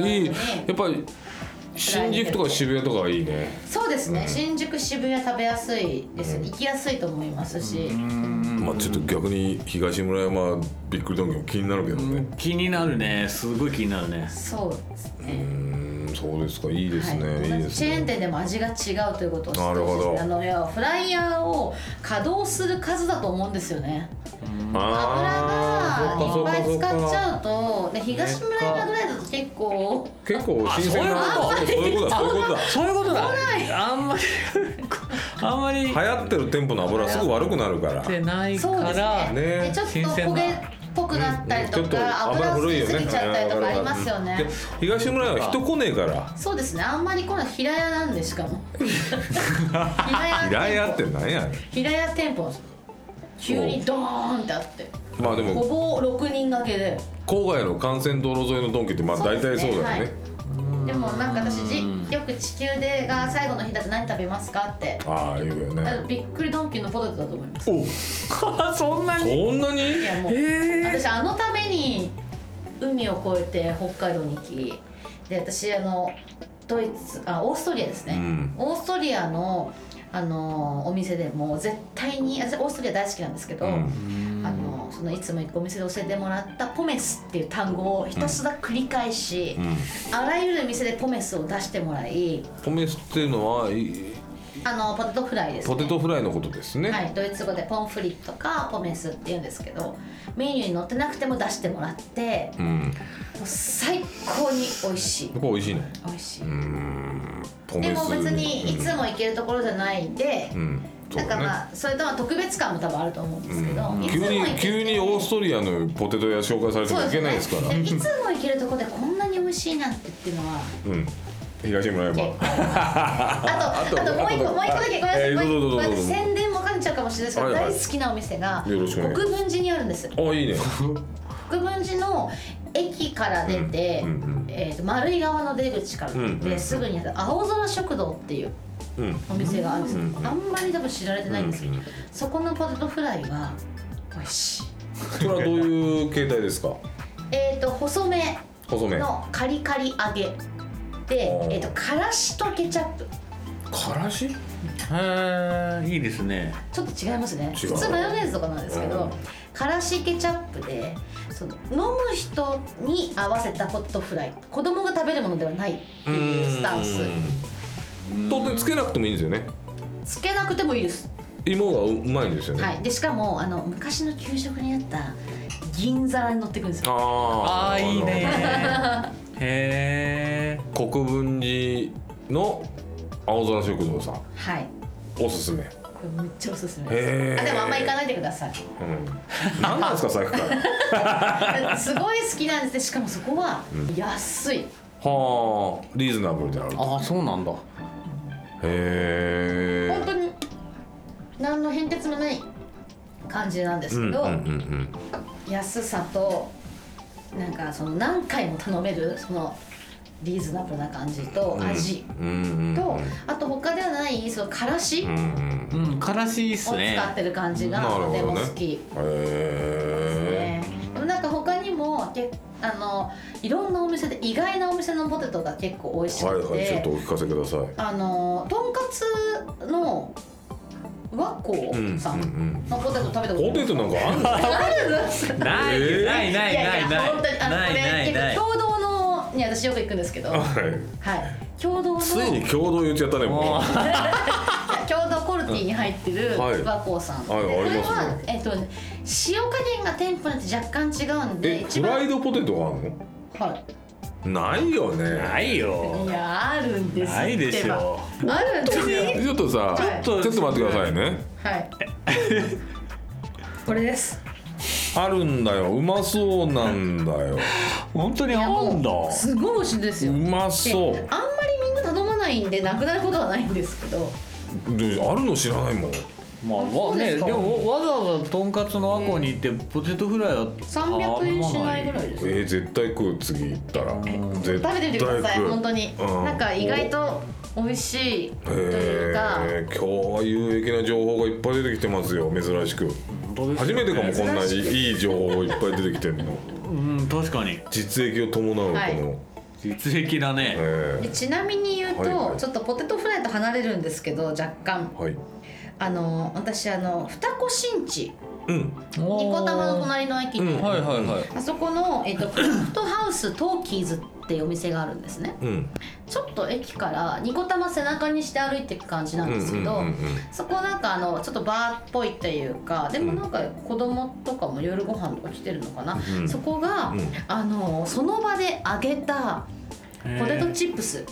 A: たいいいやっぱり新宿とか渋谷とかがいいね
C: そうですね新宿渋谷食べやすいです、行きやすいと思いますし、
A: まあちょっと逆に東村山びっくりドンキーも気になるけどね
B: あ気になるねすごい気になるね
C: そうですね、
A: うんそうですかいいですね、
C: はい、
A: い、いで
C: 同じチ
A: す
C: ェーン
A: ね
C: 店でも味が違うということを知って
A: なるほど
C: ほしいですねあの要はフライヤーを稼働する数だと思うんですよね油
A: あーそ
C: が
A: っか
C: いっぱい
A: そ
C: 使
A: っかそ
C: っ
A: っ
C: ち
A: か
C: ゃうとで東村山ぐらいだと結構
A: 結構新鮮な
B: あ
A: そういうことだそういうことだ
B: そういうことだあんまり あんまり
A: 流行ってる店舗の油はすぐ悪くなるから
B: ってない
C: そう
B: か
C: です
B: ら
C: ね
A: ね
C: でちょっと
B: 新鮮な
C: 焦げっぽくなったり
A: ちょ
C: と
A: っ
C: か、
A: と油
C: 油を
A: 古い
C: 吸い
A: よね
C: すぎちゃったりとかありますよね
A: で東村山は人来ねえから
C: そうですねあんまりこの平屋なんでしかも平 屋
A: 平屋ってなんやねん
C: 平屋店舗急にドーンってあって
A: まあでも
C: ほぼ6人掛けで
A: 郊外の幹線道路沿いのドンキってまあ大体そうだよね
C: でもなんか私じよく地球でが最後の日だって何食べますかって
A: ああ言うよ
C: あの
A: ね
C: びっくりドンキーのポテトだと思います
A: お
B: そんなに
A: そんなに
C: いやもう私あのために海を越えて北海道に行きで私あのドイツあオーストリアですね、
A: うん
C: オーストリアのあのお店でも絶対に私オーストリア大好きなんですけど、
A: うん
C: あのそのいつも行くお店で教えてもらったポメスっていう単語をひたすら繰り返し、
A: うん
C: あらゆる店でポメスを出してもらい
A: ポメスっていうのはい
C: あのポテトフライです、ね、
A: ポテトフライのことですね、
C: はい、ドイツ語でポンフリットかポメスって言うんですけどメニューに載ってなくても出してもらって
A: うん
C: もう最高に美味しい
A: これ美味しいね
C: 美味しいう
A: ーんポ
C: で
A: メス
C: も別にいつも行けるところじゃないんで、
A: うん、うんそう
C: だから
A: だね
C: まあそれとは特別感も多分あると思うんですけど、いつ
A: 急
C: も行け
A: に
C: る
A: 急にオーストリアのポテト屋紹介されてもいけないですから
C: そう
A: う
C: ねいつも行けるところでこんなに美味しいなんてっていうのは
A: ん東村山
C: あと
A: あ
C: あ
A: と
C: ともう一個もう一個だけごめんなさ
A: えー
C: いもう一
A: どうぞ
C: 個
A: どうぞどうぞ
C: これ宣伝も兼ねちゃうかもしれないですけど
A: はいはい
C: 大好きなお店が
A: よろしくお願いします
C: 国分寺にあるんです
A: あいいね
C: 国分寺の駅から出て、
A: うんうんうん
C: えーと丸い側の出口から出て、
A: うんうん
C: すぐにある青空食堂っていう
A: うん
C: お店があるんですよ、
A: うんうん
C: あんまり多分知られてないんですけど、
A: うんうん
C: そこのポテトフライは美味しい
A: それはどういう形態ですか
C: えっ、と細め
A: 細麺
C: のカリカリ揚げで
A: おー、
C: えー、とからしとケチャップ
A: からし
B: へえいいですね
C: ちょっと違いますね
A: 違う
C: 普通マヨネーズとかなんですけど、
A: うん
C: からしケチャップでその飲む人に合わせたポテトフライ子供が食べるものではないっていうスタンス
A: うん当然つけなくてもいいんですよね
C: つけなくてもいいです、
A: 芋がうまいんですよね、
C: はい、でしかもあの昔の給食にあった銀皿に乗ってくるんですよ
A: あ
B: あ
A: ー
B: ーいいね へえ
A: あの国分寺の青空食堂さん
C: はい
A: おすすめ、
C: これめっちゃおすすめ
A: へ
C: で
A: ー
C: すあでもあんま行かないでく ださい
A: うん、何なんですかさっきから
C: すごい好きなんですでしかもそこは安い、
A: はあリーズナブルである
B: ああそうなんだ
A: へ
C: 本当に何の変哲もない感じなんで
A: え
C: すけど、
A: うんうんうん
C: 安さとなんかその何回も頼めるそのリーズナブルな感じと味
A: うんうん
C: と、あと他ではないそのからし
A: うんうん
B: うんからしいっ
C: を
B: すね
C: 使ってる感じが
A: なるほどね
C: でも好き
A: へえ
C: ねでもなんか他にもけあのいろんなお店で意外なお店のポテトが結構美味し
A: はい
C: くて、
A: はいちょっとお聞かせください
C: あのとんかつの和光さ
A: うんうん
C: んのポテト食べたこと
A: ポテトなんかあんの
C: あるんですか
B: ない
A: えー
B: ないない
C: いや
B: ないい
C: や
B: ない
C: 本当にあの
B: ないない
C: これ
B: ない
C: 結構共同のに私よく行くんですけど、はい、共同の
A: ついに共同言っちゃったねも
B: も
A: う
C: 共同コルティに入ってる
A: はい
C: 和光さん、
A: はい
C: で
A: あり
C: こ
A: ます
C: れ
A: ね
C: は、えっと、塩加減が店舗によって若干違うんで
A: えフライ
C: は
A: ドポテトがある
C: い
A: のないよね
B: ない
C: い
B: よ
C: やあるんですってば
B: ないでしょ
C: あるんですよ
A: ちょっとさ
C: ちょっ
A: ちょ
B: と
A: っと待ってくださいね
C: はいこれです
A: あるんだようまそうなんだよ
B: 本当にあんだ
C: すごい美味しいです
A: う
C: よ
A: まそう
C: あんまりみんな頼まなないんでなくなることはないんですけど
A: であるの知らないもん
B: まあ、
C: そ
B: わ
C: うで
B: ね、
C: す
B: で
C: か
B: もわざわざとんかつのアコに行ってポテトフライは
C: 300円しないぐらいです
A: えー、絶対食う次行ったら絶
C: 食べてみてください本当に、
A: うん
C: なんか意外と美味しいというか、
A: へえ今日は有益な情報がいっぱい出てきてますよ珍しく初めてかもこんないいい情報がいっぱい出てきてるの
B: うん確かに
A: 実益を伴うこの、
C: はい
B: 実益だね、
A: え
C: でちなみに言うと、
A: はいはい
C: ちょっとポテトフライと離れるんですけど若干
A: ー、はい
C: あの私あの二子新地
A: うん
B: ニ
C: 二子玉の隣の駅に、
A: うん
B: はいはいはい
C: あそこの、えっとク ラフトハウストーキーズっていうお店があるんですね
A: うん
C: ちょっと駅から二子玉背中にして歩いていく感じなんですけ
A: う
C: ど、
A: んうんうん
C: そこなんかあのちょっとバーっぽいっていうかでもなんか子供とかも夜ご飯とか来てるのかな、
A: うん
C: そこが、
A: うん
C: あのその場で揚げたポテトチップス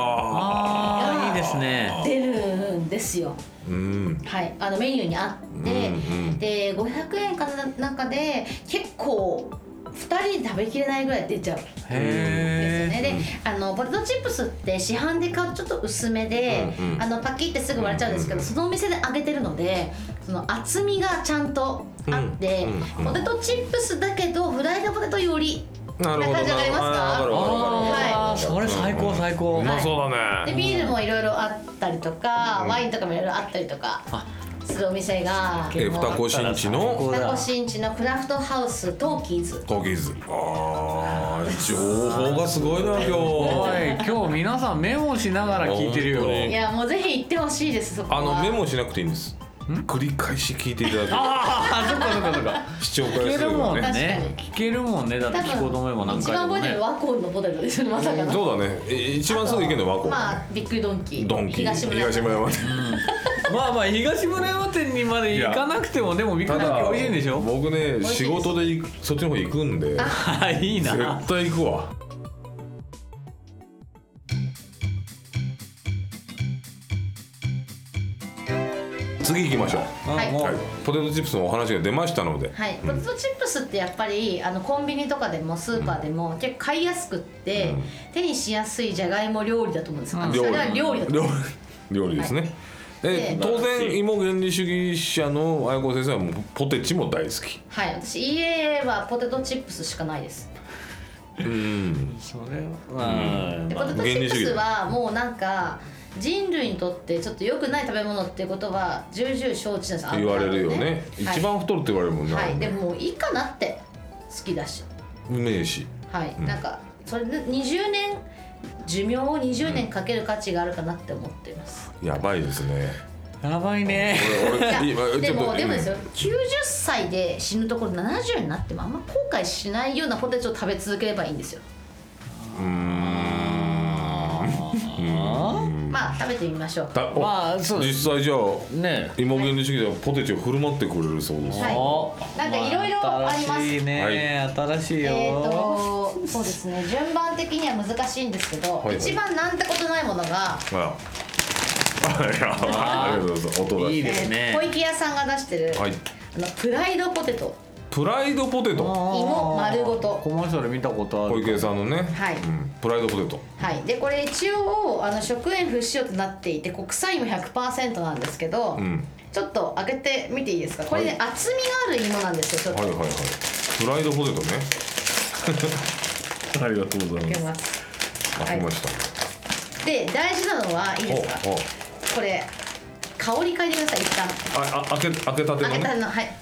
A: あ
B: あーいいですね
C: 出るんですよ
A: あうん
C: はいあのメニューにあって、
A: うんうん
C: で500円かな中で結構2人で食べきれないぐらい出ちゃうんですよね、
B: へえ
C: であのポテトチップスって市販で買うちょっと薄めで、
A: うんうん
C: あのパキってすぐ割れちゃうんですけ
A: う
C: ど、
A: んうん
C: そのお店で揚げてるのでその厚みがちゃんとあって、
A: うんうんうん
C: ポテトチップスだけどフライドポテトより
A: なるほど
C: こんな感じわかりますか
A: あーわかるわかるわかる
B: あ
C: は
B: あそれ最高最高
A: うまそうだ
C: で
A: ね
C: ビールもいろいろあったりとか、ワインとかもいろいろあったりとか
B: あ
C: するお店が
A: え二子新地の
C: タコ新地のクラフトハウストーキーズ
A: トーキーズあー情報がすごいな今
B: お
A: 日
B: い今日皆さんメモしながら聞いてるよ
A: 本当
C: い
A: に
C: やもうぜひ行ってほしいですそこは
A: あのメモしなくていいんです繰り返し聞いていただ
B: ああそっかそっかそっか
A: く視聴
B: 聞
A: 回
B: け
A: 数
B: るもん
A: がね
B: ね聞けるもんねだって
C: 多分
B: 聞こうと思えば何
C: 一
B: 回で
C: 番
B: も
C: 覚えて
B: ね
C: るワコールのポテトですよねまさかの
A: そうだねえ一番すぐ行けるのは和
C: まあビッグドンキ
A: 光
C: ー
A: ドンキ
C: 東村
A: 東村山店
B: まあまあ東村山店にまで行かなくてもでもビッグドンキー美味しいんでしょ
A: 僕ね
C: しいです
A: 仕事で行くそっちの方行くんで
B: あいいな
A: 絶対行くわ次行きましょう
C: はい
B: もう
A: はいポテトチップスのお話が出ましたので
C: はい、ポテトチップスってやっぱりあのコンビニとかでもスーパーでも結構買いやすくって、手にしやすいじゃがいも料理だと思うんですよ、あのそれは料理だと
A: 料料理ですね、で
C: で
A: 当然芋原理主義者の愛子先生はもうポテチも大好き
C: はい私家はポテトチップスしかないです
A: うん
B: それは
C: で
B: ま
C: ポ
B: あ
C: テトチップスはもうなんか人類にとってちょっと良くない食べ物っていうことは重々承知なんです
A: 言われるよね
C: はい
A: 一番太るって言われるもんね、
C: はい、でももういいかなって好きだし
A: うめえし
C: はい、なんかそれで20年寿命を20年かける価値があるかなって思って います、
A: やばいです ね
B: やばいね
A: 俺
C: いや
A: 俺今
C: で
A: ちょっと
C: もでも
A: うん
C: ですよ90歳で死ぬところ70になってもあんま後悔しないようなポテチを食べ続ければいいんですよ、まあ食べてみましょう
A: たお
B: まあそうです
A: 実際じゃあ
B: ね
A: 芋原理主義ではポテチを振る舞ってくれるそうです、
C: はい
B: お
C: なんかいろいろあります
B: 新しいね、新しいよ、
C: えー、とそうですね順番的には難しいんですけど、
A: いはい
C: 一番なんてことないものが、
A: ああいやありがとうございます音が
B: いい
C: え
B: ですね
C: ー小池屋さんが出してる、
A: はい
C: あのプライドポテト
A: プライドポテト
C: 芋丸ごと
B: コマーシャル見たことある
A: 小池さんのね、
C: はい
A: うんプライドポテト
C: はい、でこれ一応あの食塩不使用となっていて国産芋100%なんですけど、
A: ん
C: ちょっと開けてみていいですかこれね、
A: はい
C: 厚みがある芋なんですよちょっ
A: は
C: と
A: いはいはいフライドポテトね ありがとうござい
C: 開け
A: す
C: ます
A: ありました
C: で大事なのはいいですか
A: おお
C: これ香り嗅いでください一旦
A: ああ開け開けたての
C: 開けた
A: ね
C: のはい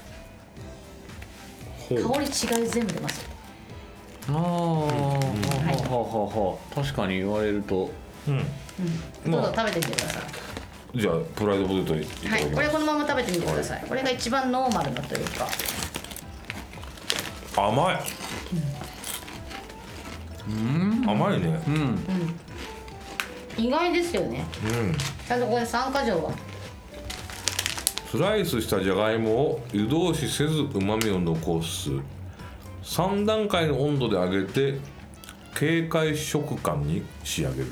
A: ほう
C: 香り違い全部出ますよ
B: あーほうほうほうほう確かに言われると
A: まあ
C: どうぞ食べてみてください
A: じゃあプライドポテトいただ
C: はい
A: き、
C: こ
A: ま
C: れこのまま食べてみてください。これが一番ノーマルだというか。
A: す甘い甘いね
B: うん
C: 意外ですよね。
A: うん
C: ちゃんとここで三箇条は。
A: スライスしたじゃがいもを湯通しせずうまみを残す3段階の温度で揚げて軽快食感に仕上げる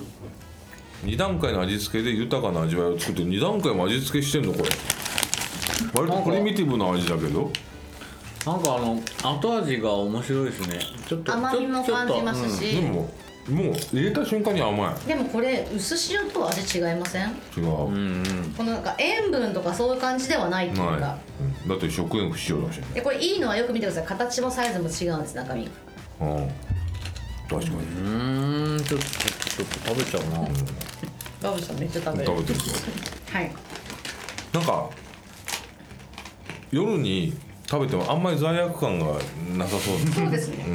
A: 2段階の味付けで豊かな味わいを作って2段階も味付けしてんのこれ割とプリミティブな味だけど
B: なんかあの後味が面白いですねちょっと
C: 甘みも
B: ちょ
C: 感じま
B: ちょっと
C: す
A: で
C: し。
A: ももう入れた瞬間に甘
C: でもこれ薄塩とは味違いません
A: い違う、
B: うんうん
C: このなんか塩分とかそういう感じではないっていうか、
A: ない、うんだって食塩不使用だしね
C: でこれいいのはよく見てください形もサイズも違うんです中身
A: うん確かに、
B: うーんちょっとちょっと食べちゃうな
C: ガブさんめっちゃ食べる
A: 食べてるぞ
C: はい
A: なんか夜に食べてもあんまり罪悪感がなさ そうです
C: そうですね、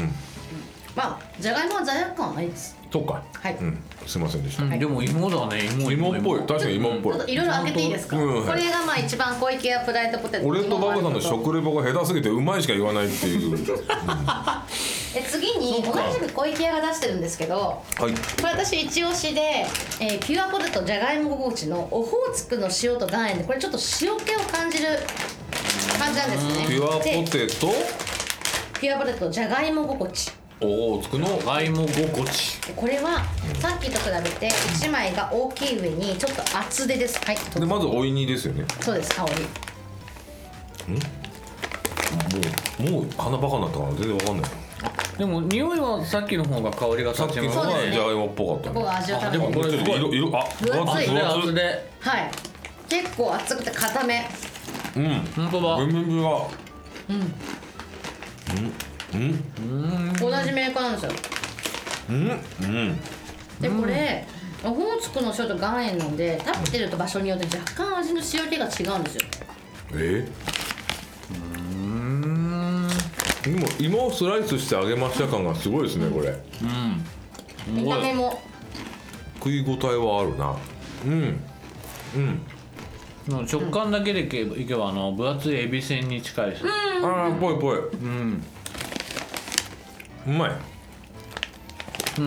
C: まあじゃがいもは罪悪感はないです
A: そうか
C: はい
A: うん、すいませんでした、
B: うんでも芋だね芋
A: 芋っぽい確かに芋っぽい
C: ちょっといろいろ開けていいですか、
A: うん
C: これがまあ一番小池屋プライドポテト
A: 俺とバブさんの
C: 食
A: 食レポが下手すぎてうまいしか言わないっていう
C: で次に同じく小池屋が出してるんですけど
A: はい
C: これ私一押しで、えーピュアポテトじゃがいもごぼうちのオホーツクの塩と岩塩でこれちょっと塩気を感じる感じなんですね
A: ピュアポ
C: で
A: テト
C: ピュアポテトじゃがいもごぼうち
A: オーツクの
B: じゃがいも5個ち
C: でこれはさっきと比べて1枚が大きい上にちょっと厚手ですはい
A: でまずおいにですよね
C: そうです香り
A: もうもう鼻バカになったから全然わかんない
B: でも匂いはさっきの方が香りが
A: さっ
B: 立
A: き
B: ち
A: の
B: ま
A: が
B: す
C: そうですね
A: じゃがいもっぽかった
C: ここ
A: ね
C: が味を
B: あ
C: 食
B: で
C: べ
B: も
C: て
B: これすごい
A: 色色あ
C: 分厚い
A: 分
B: で
A: 厚い
B: 厚で
C: はい結構厚くて固め
A: うん
B: 本当だ
A: 全然違う
C: 同じメーカーなんですよ
A: うんうん
C: でこれオホーツクの塩と岩塩なんで食べてると場所によって若干味の塩気が違うんですよ
A: えでも芋をスライスして揚げました感がすごいですねこれ
C: 見た目も
A: 食い応えはあるなうん
B: もう食感だけでいけばいけばあの分厚いエビせんに近いし、
A: ああぽいぽいうんうまい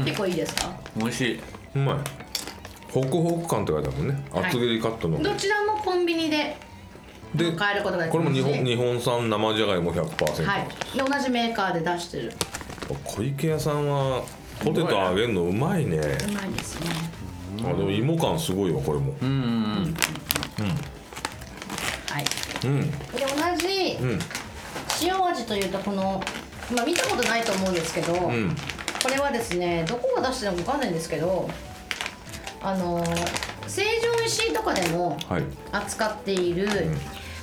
C: 結構いいですか、
B: 美味しいう
A: まいホクホク感って書いてあるもんね
C: い
A: 厚切りカットの、
C: どちらもコンビニで
A: で
C: 買えることができ
A: これも
C: ます
A: 日
C: し
A: 本日本産生じゃがいも100%、
C: はいで同じメーカーで出してる
A: 小池屋さんはポテト揚げるのうまいね
C: うまいですね
A: あでも芋感すごいわこれも
B: うんうん
C: はい
A: うん
C: で同じ
A: うん
C: 塩味というとこの、まあ、見たことないと思うんですけど、
A: うん
C: これはですねどこが出してるのかわかんないんですけどあの成城石井とかでも
A: はい
C: 扱っている、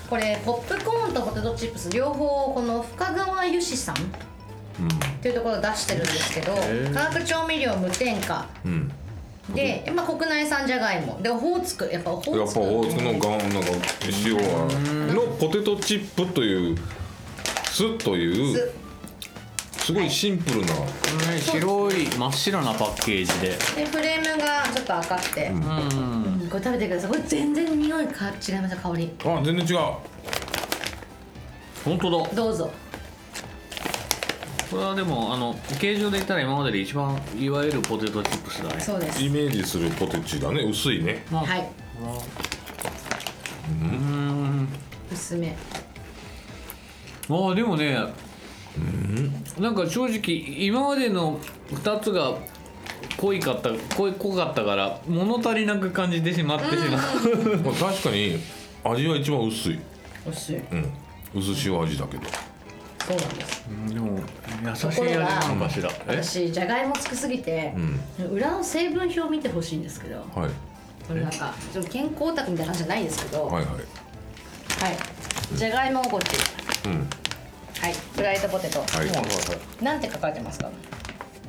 C: これポップコーンとポテトチップス両方この深川由志さんっていうところを出してるんですけど化学調味料無添加
A: うん
C: で、まあ、国内産じゃがいもでオホーツクやっぱオホ
A: や
C: ー
A: っ
C: ツ
A: ぱ
C: ク
A: 大津のガンなんか塩はのポテトチップという酢というすごいシンプルな
B: ね白い真っ白なパッケージで
C: でフレームがちょっと赤くて、
B: うん
C: うんこれ食べてくださいこれ全然匂いか違いますよ香り
A: あ全然違う
B: 本当だ
C: どうぞ
B: これはでもあの形状で言ったら今までで一番いわゆるポテトチップスだね
C: そうです
A: イメージするポテチだね薄いね
B: まあ
C: はい
B: うん
C: 薄め
B: あーでもね、なんか正直今までの2つが濃いかった濃い濃かったから物足りなく感じてしまってしまう、
A: まあ確かに味は一番薄い
C: 薄い
A: うん薄塩味だけど
C: そうなんです
B: でも優しい
C: とこ
B: 味
C: ろが
B: なのかしらえ
C: 私じゃがいもつくすぎて、裏の成分表見てほしいんですけど
A: はい
C: これなんかちょっと健康オタクみたいな感じじゃないですけど
A: は
C: はい
A: いはい
C: じゃがいもごち
A: うん
C: はいフライドポテト
A: はい
B: はいはい
C: なんて書かれてますか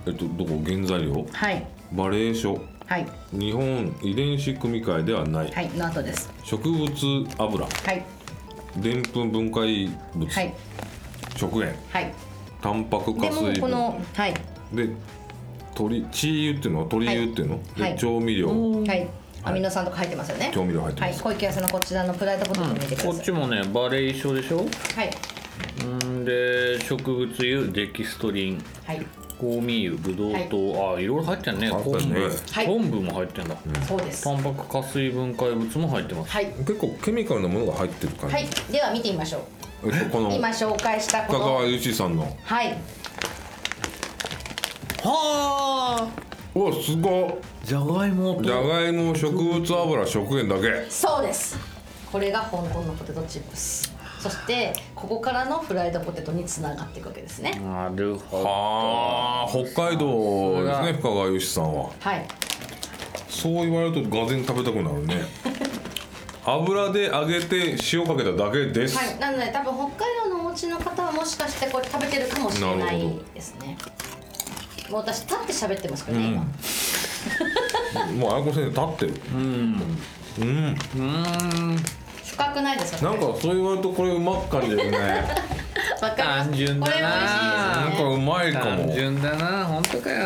A: えっとどこ原材料
C: はい
A: バレー書
C: はい
A: 日本遺伝子組み換えではない、
C: はいの後です
A: 植物油
C: はい
A: でんぷん分解物、
C: はい
A: 食塩
C: はい
A: タンパク
C: で
A: 化
C: も
A: 水
C: こ
A: 分
C: のはい
A: で鶏チー油っていうのは鶏油っていうの、
C: いはい
A: で調味料、
C: はいアミノ酸とか入ってますよね
A: 調味料入ってます
C: はい小池屋さんのこちらのプライドポテト見てください、
B: こっちもねバレエ一緒でしょ
C: はい
B: うんで植物油デキストリン
C: はい
B: 香味油ブドウ糖、ああいろいろ入ってんね
A: 入
B: 昆
A: って
B: 布、
A: るね
C: はい
B: 昆布も入ってんだ、
C: そうです
B: タンパク加水分解物も入ってます
C: はい
A: 結構ケミカルなものが入ってる感じ、
C: はいでは見てみましょう
A: えっと、この
C: 今
A: 深
C: 紹介したこ
A: 川
C: の
A: 由紀さんの
C: はい
B: はあ
A: うわすご
B: じゃがいも
A: いじゃがいも植物油食塩だけ
C: そうですこれが香港のポテトチップスそしてここからのフライドポテトにつながっていくわけですね
B: なるほ
A: はあ北海道ですね深川由志さんは
C: はい
A: そう言われるとがぜん食べたくな るね油で揚げて塩かけただけです、
C: はい、なので多分北海道のお家の方はもしかしてこれ食べてるかもしれな
A: なる
C: い
A: ほど
C: ですねもう私立って喋ってますからね、今
A: もうあやこ先生立ってるうん、うん、
C: 深くないですか
A: なんかそう言われるとこれうまっかりだよね
C: わかります
B: 単純だな
C: これも
A: な
C: 美
A: ん
C: 味しいです
A: か
C: ね
A: うまいかも
B: ど単純だな本当かよ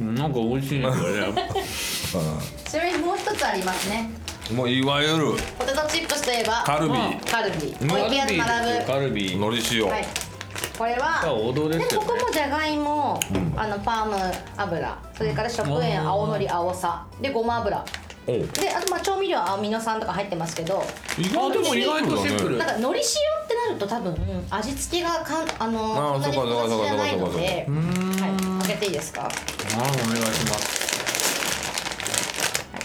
B: なんか美味しいねこ れ
C: ちなみにもう一つありますね
A: もういわゆる
C: ポテトチップスといえば
A: カルビ、
B: まあ
C: カルビ
A: うん
C: 小池屋と並ぶ
B: カルビ ですよ
A: のり塩、
C: はいこれ
B: カルビ
C: は
B: 踊れ
C: で
B: てる
C: ここもじゃがいも、あのパーム油それから食塩
B: うん
C: 青のり青さでごま油
A: おう
C: であとまあ調味料はアミノ酸とか入ってますけど
A: 意
B: あでも意外とシンプル
C: なんか海苔塩ってなると多分、うん味付けがかんあ
A: あー
C: のそんなに
A: そうかそうか
C: 複雑じゃない
A: そうか
C: ので
A: そ
C: はい開けていいですかはい
B: あお願いします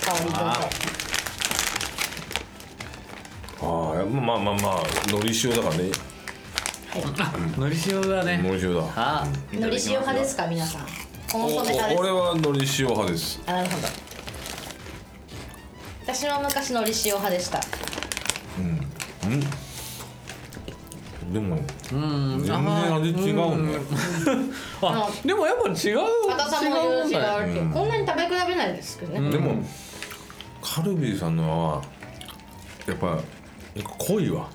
C: 香りどうぞ
B: あ
A: ああまあまあまあのり塩だからね
C: は
B: のり塩だ
A: の
B: ね
A: り塩だ
B: あ
C: いのり塩派ですか皆さんコンソメ派です
A: 俺
C: か
A: はのり塩派です
C: あなるほど私は昔のり塩派でした
A: でも
B: うん
A: 全然味違うね
B: あでもやっぱ違う
C: 硬さもいろ
B: 違うも
C: いろ違う
B: んだね
C: けどこんなに食べ比べないですけどね
A: でもカルビーさんのはやっぱやっぱ濃いわ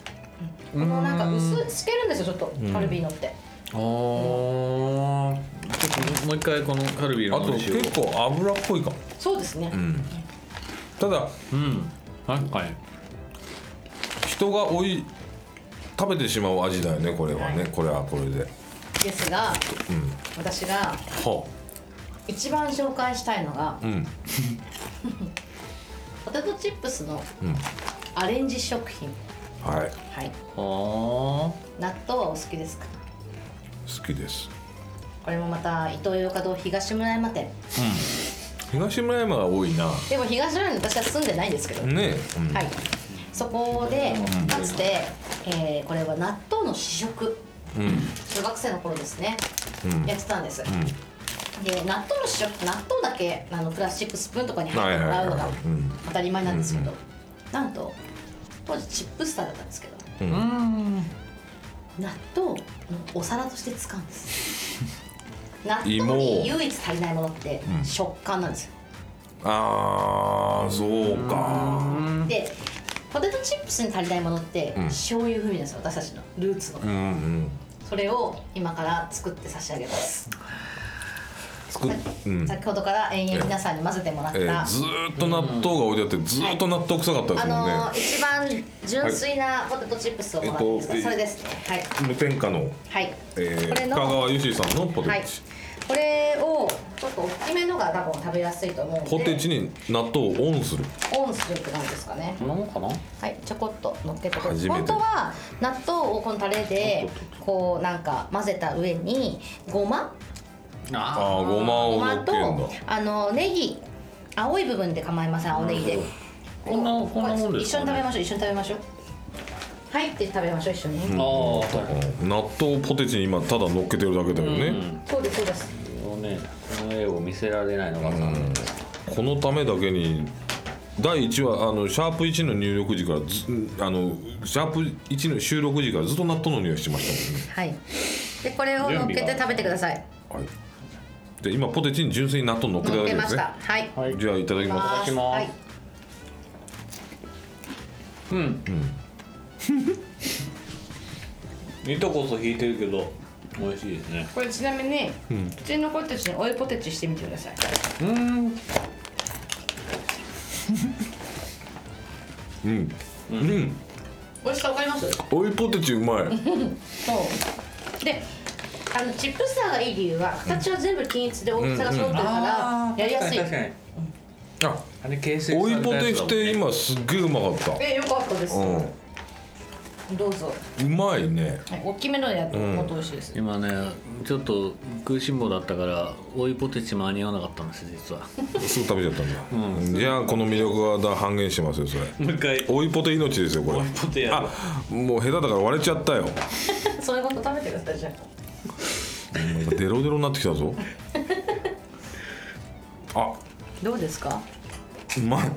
C: このなんか薄透けるんですよちょっとカルビーのって
B: あーちょっともう一回このカルビ
A: あ
B: の
A: と
B: のり塩
A: 結構脂っこいかも
C: そうですね
A: ただ
B: うん確かに
A: 人がおい食べてしまう味だよねこれはねこれはこれで
C: ですが私が
A: は
C: 一番紹介したいのが
A: あうん
C: ポテトチップスの
A: うん
C: アレンジ食品
A: はい
C: はい
B: あ
C: 納豆はお好きですか
A: 好きです
C: これもまた伊東洋華堂東村山店
A: 東村山が多いな
C: でも東村山に私は住んでないんですけど、
A: ねえ
C: はいそこでかつて、えーこれは納豆の試食
A: うんうん
C: 小学生の頃ですね、
A: うん
C: やってたんです、で納豆の試食納豆だけあのプラスチックスプーンとかに
A: は
C: 入っ
A: い
C: て
A: はいは
C: もら
A: いう
C: のが
A: はいうん
C: 当たり前なんですけど、なんと当時チップスターだったんですけど
B: ーうん
C: 納豆のお皿として使うんです 納豆
A: 芋
C: に唯一足りないものって食感なんですよ、
A: あーそうか
C: でポテトチップスに足りないものって、
A: ん
C: 醤油風味なんですよ私たちのルーツの、
A: うんうん
C: それを今から作って差し上げます、
A: 作っうん
C: 先ほどから延々皆さんに混ぜてもらった、
A: えー、ずーっと納豆が置いてあって、ずーっと納豆臭かったです
C: あ
A: もんね、
C: のー一番純粋なポテトチップスをもらってます、
A: えっと
C: それですねはい
A: 無添加の、
C: はい、
A: えー、
C: これ
A: 深
C: の
A: 川由志さんのポテチ、
C: はいこれをちょっと大きめのが多分食べやすいと思うんで
A: ポテチに納豆をオンする
C: オンするって感じですかね
B: こんなもんかな
C: はい、ちょこっと乗っけてくだ
A: 初
C: さい
A: めて
C: 本当は納豆をこのタレでこうなんか混ぜた上にごま
A: ああ
B: あ
A: ごま
C: ご
A: を
C: ま
A: のっけ
C: と
A: るんだ
C: あのネギ青い部分で構いません青ネギで
B: こんなこんなもんです
C: 一緒
B: かね
C: に食べましょう一緒に食べましょうはいって食べましょう一緒に、
B: あー
A: うん納豆をポテチに今ただ乗っけてるだけだよね、
C: そうですそうです
B: このねこの絵を見せられないのが残念です
A: このためだけに第1話あのシャープ1の入力時からずあのシャープ1の収録時からずっと納豆の匂いしてまし
C: はいでこれを乗っけて食べてください
A: たもんね、はい、で今ポテチに純粋に納豆乗っけた
C: 乗
A: だ
C: っけ
A: けで
C: ますし
A: ね
C: たは
B: は
C: い
B: い
A: じゃあいただきます
B: ただきます
C: はい
B: うん、糸こそ引いてるけど美味しいですね
C: これちなみに、普通のポテチにオイルポテチしてみてください
B: うん
A: うんうん
C: 美味しさわかります
A: おいポテチうまい
C: そうであのチップスターがいい理由は形は全部均一で大きさが揃ってるからやりやすい、
B: 確かに確かに
A: あ
B: あれ形成
A: おいポテチって今すっげえうまかった
C: えよかったです、
A: うん
C: どうぞ、
A: うまいね
C: はい、大きめのやつもっと美味しい です、
B: 今ねちょっと食いしん坊だったから追いポテチ間に合わなかったんです実は
A: すぐ食べちゃったんだ、じゃあこの魅力が半減してますよそれ
B: もう一回
A: 追いポテ命ですよこれ
B: 追いポテやろ
A: あもう下手だから割れちゃったよ
C: それごと食べてくださいじゃあ
A: なんかデロデロになってきたぞあ
C: どうですか
A: うまい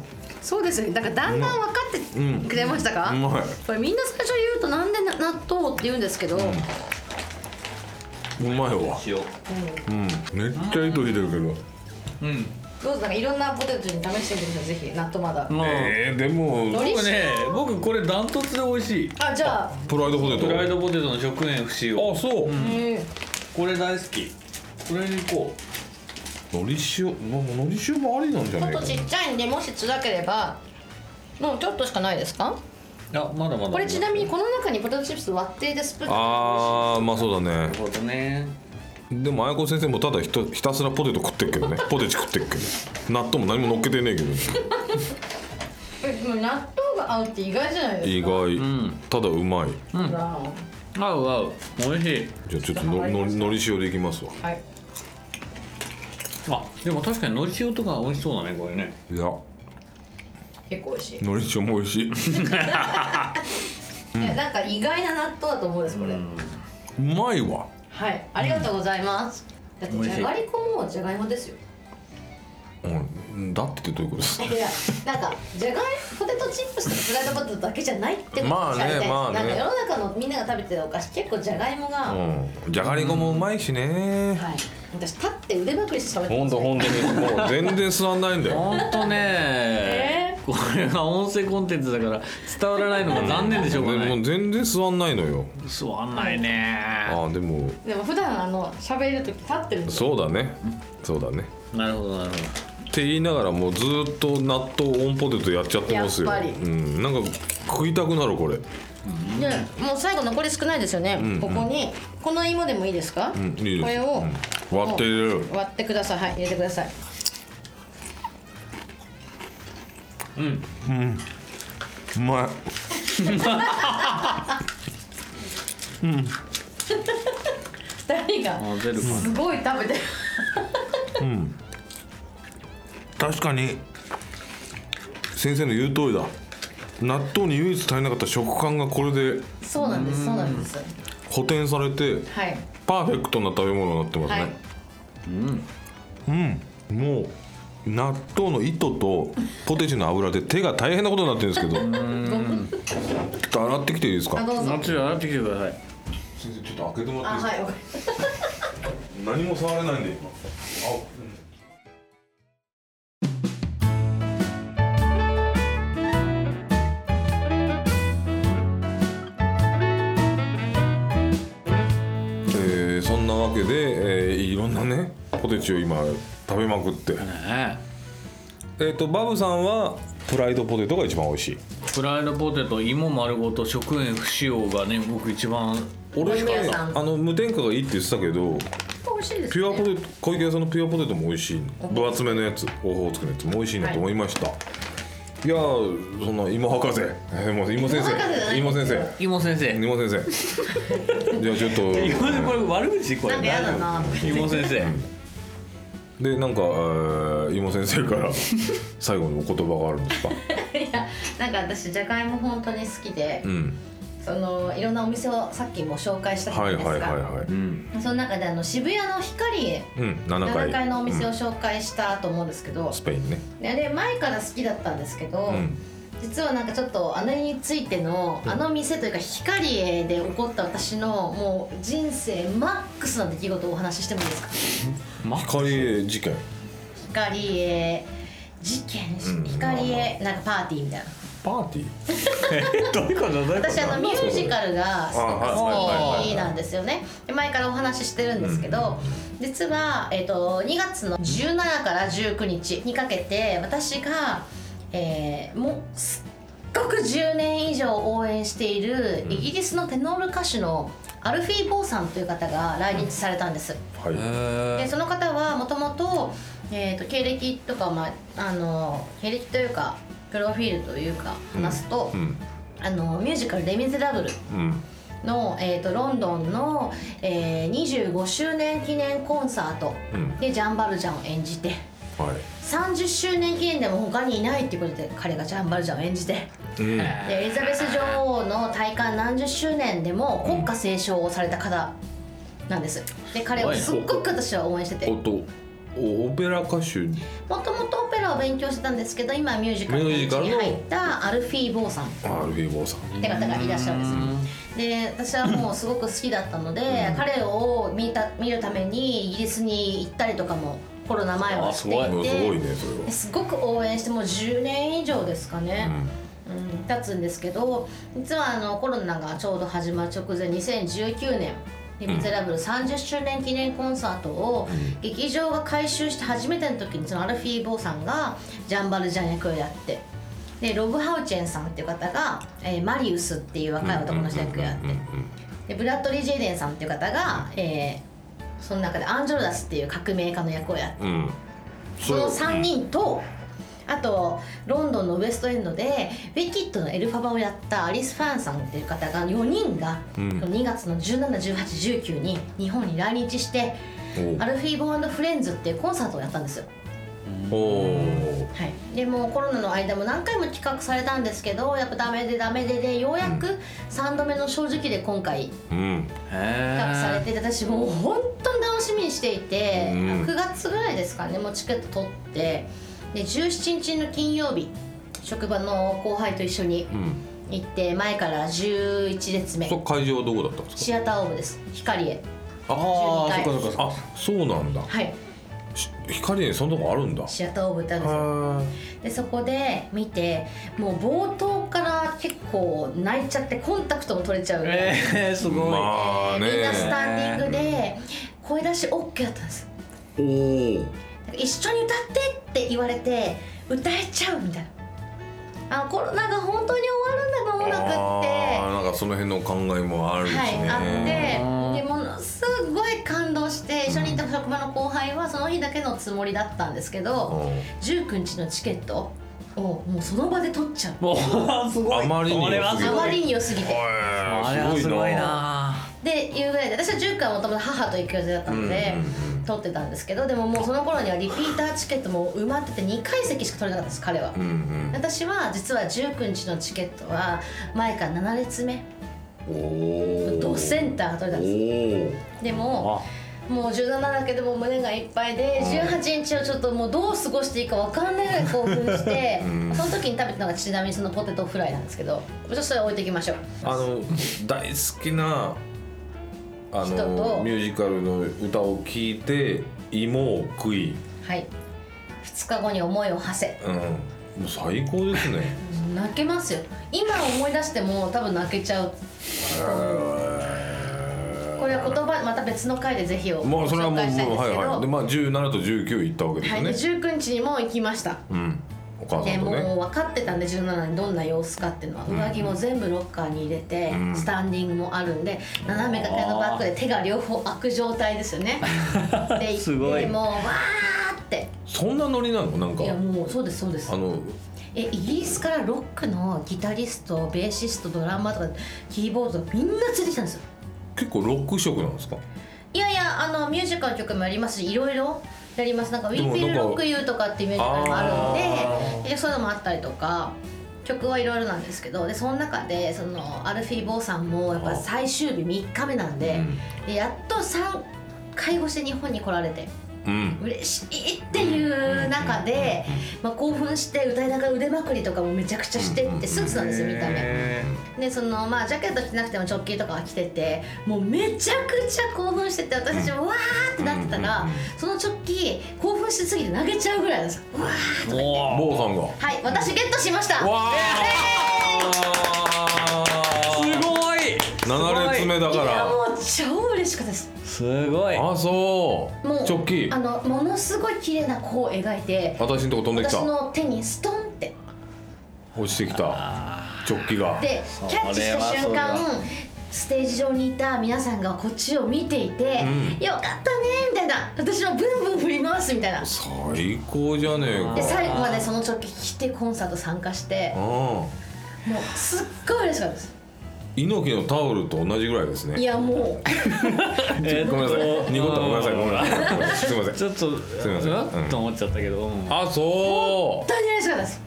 C: そうですよねだからだんだん分かってくれましたか、
A: うまい
C: これみんな最初言うとなんでな納豆って言うんですけど、
A: うまいわ
B: 塩
A: うんめっちゃ糸引いてるけど
B: うん
C: どうぞなんかいろんなポテトに試してみてくださいぜひ納豆まだ、
B: まあ、
A: えー、でも
C: 海苔
B: 僕
C: 塩
B: ね僕これダントツで美味しい
C: あじゃあ
A: プライドポテト
B: フライドポテトの食塩不使用
A: あそう、
C: うん
B: これ大好きこれでいこ
A: のり塩まあのり塩もありなんじゃ
C: ほ
A: なんい
C: と
A: かな
C: ちっちゃいんでもし辛ければもうちょっとしかないですか
B: うあまだまだ
C: これちなみにこの中にポテトチップス割ってでスプーン
A: あーまあそうだね
B: なるほどね
A: でも綾子先生もただひとひたすらポテト食ってるけどねポテチ食ってるけど納豆も何も乗っけてねえけど
C: えでも納豆が合うって意外じゃないで
A: 意
C: すか
A: 外、ただうまい
C: 意外
B: 合う合う美味しい
A: じゃあちょっとのののり塩でいきますわ
C: はい
B: あでも確かにのり塩とか美味しそうだねこれね
A: いや
C: 結構美味しい、
A: のり塩も美味しい
C: えなんか意外な納豆だと思うんですこれ、
A: うまいわ
C: はいありがとうございます、だって
B: 美
C: じ
B: 味し
C: ゃ
B: い
C: がりこもじゃがいもですよ
A: うんだってってどういうことですか
C: いやなんかじゃがいポテトチップスとフライドポテトだけじゃないってことを
A: まあね
C: 伝えたいです
A: まあね
C: なんか世の中のみんなが食べてるお菓子結構じゃがいもが、はい
A: うんじゃがりこもうまいしね
C: 私立って腕まくりして喋って
A: ほんとほんとにもう全然座んないんだよ
B: ほんとね
C: え
B: これが音声コンテンツだから伝わらないのが残念でしょうがな
A: も
B: いう
A: 全然座んないのよ
B: 座んないね
A: ああでも
C: でも普段あの喋る時立ってるんですよ
A: そうだねそうだね
B: なるほどなるほ
A: って言いながらもうずーっと納豆オンポテトやっちゃってますよ
C: やっぱり
A: うん、なんか食いたくなるこれ、
C: でもう最後残り少ないですよね、ここにこの芋でもいいですか、
A: うん、いいです
C: これを
A: うん割って入れる
C: 割ってくださいはい入れてください
A: うまい
C: 2人が
B: ど混ぜるか
C: すごい食べてる
A: 確かに先生の言う通りだ納豆に唯一足りなかった食感がこれで
C: そうなんですそうなんです
A: 補填されて
C: はい
A: パーフェクトな食べ物になってます
C: は
A: ね、
C: い
A: うんもう納豆の糸とポテチの油で手が大変なことになってるんですけどちょっと洗ってきていいです
C: あ
A: か
C: どう
B: も
C: ぞ
B: っちり洗ってきてください
A: 先生ちょっと開けても
C: あはいわかりました
A: 何も触れないんで今えーそんなわけで、えーいろんなねポテチを今食べまくって
B: ね
A: えっ、とバブさんはプライドポテトが一番美味しい
B: えフライドポテト芋丸ごと食塩不使用がね僕一番
A: 俺
C: 無添加
A: あの無添加がいいって言ってたけど
C: 美味しいです
A: ピュアポ
C: ね
A: テト小池屋さんのピュアポテトも美味しい分厚めのやつオホーツクのやつも美味しいなと思いました、い、やーその芋博士、えー、もう芋先
C: 芋博士じゃない
A: 生芋先生
B: 芋
A: 芋
B: 先生
A: 先生 じゃあちょっと
B: 芋先生これ悪口これ
C: なんかやだな
B: 芋先生
A: でなんか、えー、芋先生から最後のお言葉があるんですか
C: いやなんか私じゃがいも本当に好きで、
A: うん
C: そのいろんなお店をさっきも紹介したじゃな
A: はいい
C: で
A: は
C: す
A: い
C: か、
A: はいはい
B: うん
C: その中であの渋谷の光
A: うん7階
C: 7階のお店を
A: うん
C: 紹介したと思うんですけど、
A: スペインね
C: であれ前から好きだったんですけど、
A: ん
C: 実はなんかちょっとあれについての、あの店というか光栄で起こった私のもう人生マックスな出来事をお話ししてもいいですか
B: マッ
A: 光栄事件
C: 光栄事件、
A: うん
C: 光栄なんかパーティーみたいな
A: パーティー
B: どういうことどういうこと
C: 私あのミュージカルがすごく好きなんですよねで前からお話ししてるんですけど実は、えっと2月の17から19日にかけて私が、えーもうすっごく10年以上応援しているイギリスのテノール歌手のアルフィー・ボーさんという方が来日されたんです。
A: はい、
C: でその方はもともと,、えー、と経歴とか、まあ、あの経歴というかプロフィールというか話すと、
A: うん
C: あのミュージカル「レ・ミゼラブル」
A: うん
C: の、えー、とロンドンの、えー25周年記念コンサート
A: うん
C: でジャン・バルジャンを演じて
A: はい
C: 30周年記念でも他にいないっていうことで彼がジャン・バルジャンを演じて
A: うん
C: でエリザベス女王の戴冠何十周年でも国歌斉唱をされた方なんですで彼をすっごく私は応援してて
A: おとおオペラ歌手
C: もともとオペラを勉強してたんですけど今ミュージカルの
A: ミュージカル
C: に
A: の
C: 入ったアルフィー・ボーさんっ
A: アルフィー・ボーさん
C: て方がいらっしゃるんですよで私はもうすごく好きだったので、彼を見た見るためにイギリスに行ったりとかもコロナ前はしてい
B: あ
A: もう
C: て
A: すごいねそれは
C: すごく応援してもう10年以上ですかね、うん、経つんですけど実はあのコロナがちょうど始まる直前2019年「レ・ミゼラブル」30周年記念コンサートを劇場が改修して初めての時にそのアルフィー・ボーさんがジャンバルジャン役をやってでロブ・ハウチェンさんっていう方が、えーマリウスっていう若い男の人役をやってでブラッドリー・ジェイデンさんっていう方が、えーその中でアンジョルダスっていう革命家の役をやって
A: うんうん
C: その3人とあとロンドンのウエストエンドで「ウィキッドのエルファバをやったアリス・ファンさんっていう方が4人が
A: うん
C: 2月の171819に日本に来日して
A: お
C: アルフィー・ボーフレンズっていうコンサートをやったんですよ。
A: おー
C: はい、でもうコロナの間も何回も企画されたんですけどやっぱダメでダメででようやく3度目の正直で今回
A: うん
B: へ
C: 企画されてて私もう本当に楽しみにしていて、
A: うん
C: 9月ぐらいですかねもうチケット取ってで17日の金曜日職場の後輩と一緒に
A: うん
C: 行って前から11列目
A: そ会場はどこだったんですか
C: シアターオーブです光へ
A: ああ
C: 12
A: そ
C: 階
A: っかそっかあそうなんだ
C: はい
A: し光にそんなとこあるんだ
C: シアターオーブってあるんですよ
A: は
C: でそこで見てもう冒頭から結構泣いちゃってコンタクトも取れちゃうぐらい、
B: えー、す
A: い
B: ごい、
A: まあね
C: みんなスタンディングで声出し OK だったんです
A: おお
C: 一緒に歌ってって言われて歌えちゃうみたいなあコロナが本当に終わるんだ間もなくって
A: なんかその辺の考えもあるしね、
C: はい、あ
B: うん
C: ってでものすごい感動して一緒にいた職場の後輩はその日だけのつもりだったんですけど19日のチケットをもうその場で取っちゃう
B: もうすごい
A: あまりにも
B: これはす
A: す
B: ご
C: あ
B: い
C: まりに良すぎて
B: あれは
A: す
B: す
A: ご
B: ご
A: い
B: い
A: な
B: な
C: でいうぐらいで私は19回はもともと母と行く予定だったので、
A: うんうんうん
C: 取ってたんですけどでももうその頃にはリピーターチケットも埋まってて2階席しか取れなかったんです彼は。
A: うんうん
C: 私は実は19日のチケットは前から7列目
A: おお
C: ドセンターが取れたんです
A: お
C: でももう17だけでもう胸がいっぱいで18日をちょっともうどう過ごしていいか分かんないぐらい興奮して
A: うん
C: その時に食べたのがちなみにそのポテトフライなんですけどちょっとそれは置いていきましょう
A: おあの大好きなあ
C: 人と
A: のミュージカルの歌を聴いて芋を食い、
C: はい2日後に思いを馳せ
A: うん、もう最高ですね
C: 泣けますよ今思い出しても多分泣けちゃうこれは言葉また別の回でぜひを
A: まあそれはもう
C: 紹介したいんです
A: は
C: け
A: い
C: ど
A: はいでまあ17と19行ったわけです
C: は
A: よ
C: い
A: ね、
C: で19日にも行きました
A: うんお母さ
C: で
A: んと
C: もう
A: ね
C: 分かってたんで17にどんな様子かっていうのは上着も全部ロッカーに入れて、
A: うん
C: スタンディングもあるんで斜め掛けのバッグで手が両方開く状態ですよ ね。で行
B: すご
C: っ
B: い
C: てもうわーって
A: そんなノリなのなんか
C: いやもうそうですそうです
A: あの
C: えイギリスからロックのギタリストベーシストドラマーとかキーボードみんなついてきたんですよ。
A: 結構ロック色なんですか
C: いやいやあのミュージカル曲もやりますしいろいろやりますなんか「ウィ
A: でも
C: ーフィ
A: な
C: ル・
A: んか
C: ロック・ユー」とかっていうミュージカルもあるん
A: あ
C: ででそういうのもあったりとか曲はいろいろなんですけどでその中でそのアルフィー・ボーさんもやっぱ最終日3日目なんで,、でやっと3回越しに日本に来られて
A: うん
C: 嬉しいっていう中で、まあ、興奮して歌いながら腕まくりとかもめちゃくちゃしてってスーツなんですよ見た目。でそのまあジャケット着てなくてもチョッキーとかは着ててもうめちゃくちゃ興奮してて私たちもわーってなってた
A: う
C: ら、
A: んうんうん
C: そのチョッキー興奮しすぎて投げちゃうぐらいなんですよわー
B: も
A: 坊さんが
C: はい私ゲットしました
A: わあ
B: うすごい
A: 7列目だか
C: いや
A: ら
C: もう超嬉しかったです
B: すごい
A: あそう
C: もう
A: チョッキ
C: あ
A: ー
C: のものすごい綺麗な弧を描いて
A: 私のとこ飛んでき
C: 私
A: た
C: の手にストンって
A: 落ちてきたチョッキが
C: で
B: れは
C: キャッチした瞬間
B: それは
C: ステージ上にいた皆さんがこっちを見ていて
A: う
C: 「よかったね」みたいな私もブンブン振り回すみたいな
A: 最高じゃねえ
C: で
A: か
C: 最後までその直帰来てコンサート参加して
A: うん
C: もうすっごい嬉しかったです
A: 猪木のタオルと同じぐらいです
C: い
A: ね
C: やも
B: えーっと
A: ごめんなさい濁ったごめんなさいごめんなさいすいません
B: ちょっと
A: いません
B: うんと思っちゃったけど、うん
A: あそう
C: 大変嬉しかったです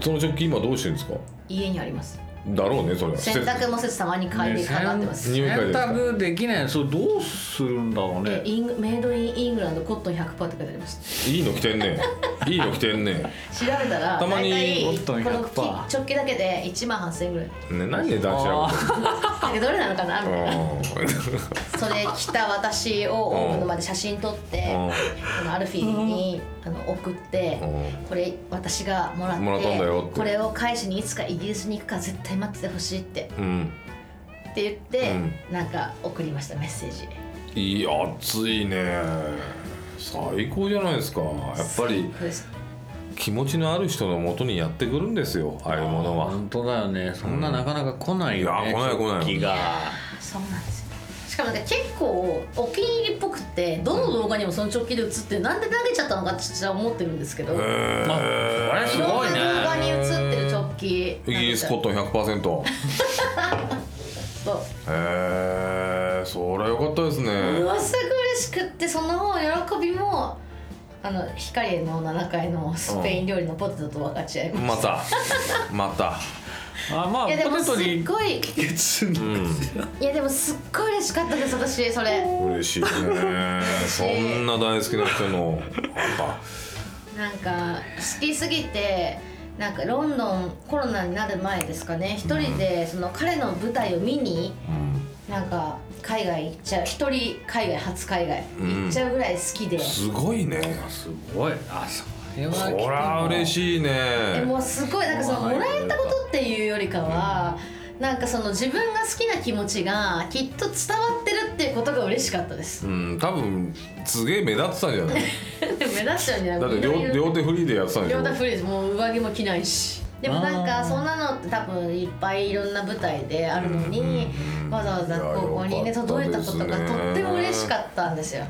A: うその食器今どうしてるんですか
C: 家にあります
A: だろうねそれは
C: 洗濯もせずたまに買い
B: ね
C: にかかってます、
A: 匂い嗅いでる
B: 洗濯できないそれどうするんだろう
C: え
B: ね
C: イングメイドインイングランドコットン100%って書いてあります
A: いいの着てんねいいの着てんねね
C: 調べたら
A: たまに
C: 大体
B: コットン
C: この
B: 100%
C: き直帰だけで1万8000円ぐらい
A: 何で男子
C: なんかどれなのかなみたいなそれ着た私を
A: うん
C: オープンまで写真撮って
A: うん
C: あのアルフィーにあの送って
A: うん
C: これ私がもらって
A: もらったんだよって
C: これを返しにいつかイギリスに行くから絶対待っててほしいって
A: うん
C: って言って、
A: う
C: なんか送りましたメッセージ
A: いい暑いね最高じゃないですかやっぱり
C: そうです
A: 気持ちのある人のもとにやってくるんですよああいうものは
B: 本当だよねそんななかなか来ないよね、
A: いや来ない来ない
B: 食器が
C: そうなんですよしかもなんか結構お気に入りっぽくてどの動画にもその直近で映ってなんで投げちゃったのかって私は思ってるんですけど、
A: え
B: ああれ
A: ー
B: す
C: いろんな動
B: ごいね
C: 画に映ってる直帰
A: イギリスコッ
C: ト
A: トン100%へえそれよかったです
C: も
A: ね
C: のすごい嬉しくってその喜びもあの光の7階のスペイン料理のポテトと分かち合いま
A: ま
C: し
A: たまた
B: あまあ
C: た、いやで
B: ポ
C: も
B: テ
C: すっ
B: トに
C: ごい
B: 月の
C: いやでもすっごい嬉しかったです私それ
A: 嬉しいねそんな大好きな人のやっぱ
C: なんか好きすぎてなんかロンドンコロナになる前ですかね一人でその彼の舞台を見に
A: うん
C: なんか海外行っちゃう一人海外初海外行っちゃうぐらい好きで、
A: すごいね
B: すごいあそれは
A: そりゃ嬉
B: い
A: しい
C: え
A: ね
C: もうすごいなんかそのもらえたことっていうよりかは、なんかその自分が好きな気持ちがきっと伝わってるっていうことが嬉しかったです。
A: うん多分すげえ目立ってたんじゃない
C: 目立っちゃうんじゃな
A: だ
C: い
A: って両両手フリーでやってたんでしょ
C: 両手フリーですもう上着も着ないし。でもなん
B: あ
C: か
B: ー
C: そんなのって多分いっぱいいろんな舞台であるのに、
A: うん
C: わざわざここにね
A: いやよかった
C: 届いたことが
A: ですね
C: とっても嬉しかったんですよ。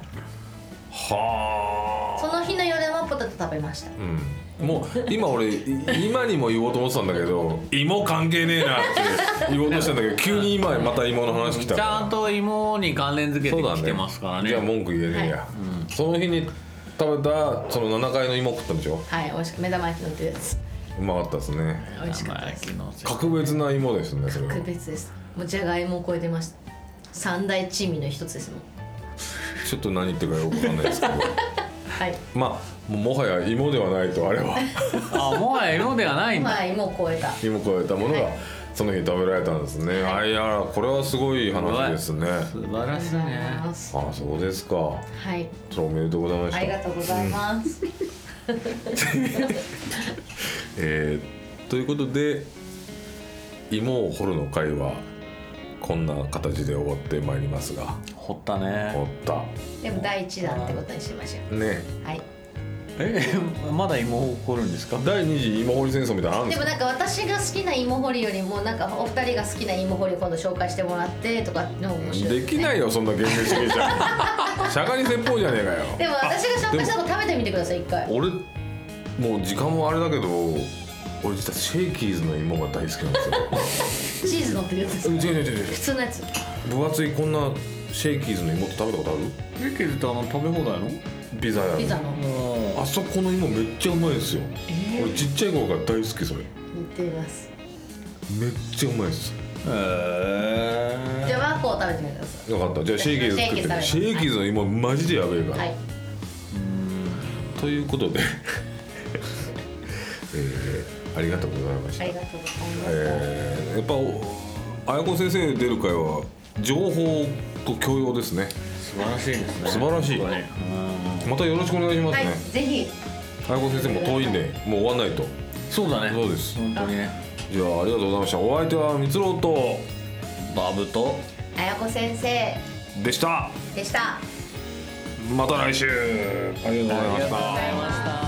A: は
C: その日の夜はポテト食べました。
A: あ、うん、もう今俺い今にも言おうと思ってたんだけど 芋関係ねえなって言おうとしたんだけど急に今また芋の話来た
B: ち
A: から
B: ゃんと芋に関連付け
A: そ
B: て
A: うだ
B: きてますからね
A: じゃあ文句言えねえや、
C: は
A: その日に食べたその7階の芋食ったんでしょ
C: はい、美味しか目玉焼きのってるやつ。
A: うまかったですね
C: 美味しかったです。
A: 格別な芋ですねそれは
C: 格別ですもうじゃがいもを超えてました三大珍味の一つですもん
A: ちょっと何言ってるかよくわかんないですけど
C: はい
A: まあももはや芋ではないとあれ は
B: あもはや芋ではないんだ
C: まあ芋を超えた
A: 芋超えたものがその日食べられたんですね、あいやこれはすごい話ですね
B: 素晴らしいね
A: あそうですか
C: はい
A: それおめでとうございました
C: ありがとうございます、
A: えーということで芋を掘るの会はこんな形で終わってまいりますが
B: 掘ったね
A: 掘った
C: でも第一弾ってことにしましょ
A: ね
C: うはい
B: えまだ芋を掘るんですか
A: 第二次芋掘り戦争みたいなのあるんで
C: ですも
A: か
C: なんか私が好きな芋掘りよりもなんかお二人が好きな芋掘りを今度紹介してもらってとかの方が面白い
A: できないよそんな厳密主義じ ゃ釈迦に説法じゃねえかよ
C: でも私が紹介したとこ食べてみてください一回
A: 俺もう時間もあれだけど俺実はシェイキーズの芋が大好きなんですよ
C: チーズ乗ってるやつです
A: うん違う違う違う違
C: 普通のやつ
A: う分厚いこんなシェイキーズの芋って食べたことあ
B: ユキズとあの食べ放題の
A: るピザ屋の
C: ピザの
B: も
A: あそこの芋めっちゃうまいですよ、俺ちっちゃい頃から大好きそれ
C: 似てます
A: めっちゃうまいです
B: うへ
C: じゃあワーコを食べてみてくださ
A: よかったじゃあシェイキーズ作ってみるシ
C: シ
A: ェ
C: ェ
A: イ
C: イ
A: キ
C: キ
A: ー
C: ー
A: ズの芋マジでやべえから、
C: いはい
A: ということ で、えーありがとうございまし
C: あ
A: た、
C: りがとうございました、
A: えーやっぱお綾子先生出る会は情報と教養ですね
B: 素晴らしいですね
A: 素晴らしい
B: 本当にうん
A: またよろしくお願いします
C: はい
A: ね、、
C: ぜひ
A: 綾子先生も遠いんでもう終わんないと
B: そうだね
A: そうです
B: 本当にね
A: じゃあありがとうございましたお相手はみつろうと
B: バブと
C: あやこ先生
A: でした
C: でした。
A: また来週ありがとうございました
C: ありがとうございました。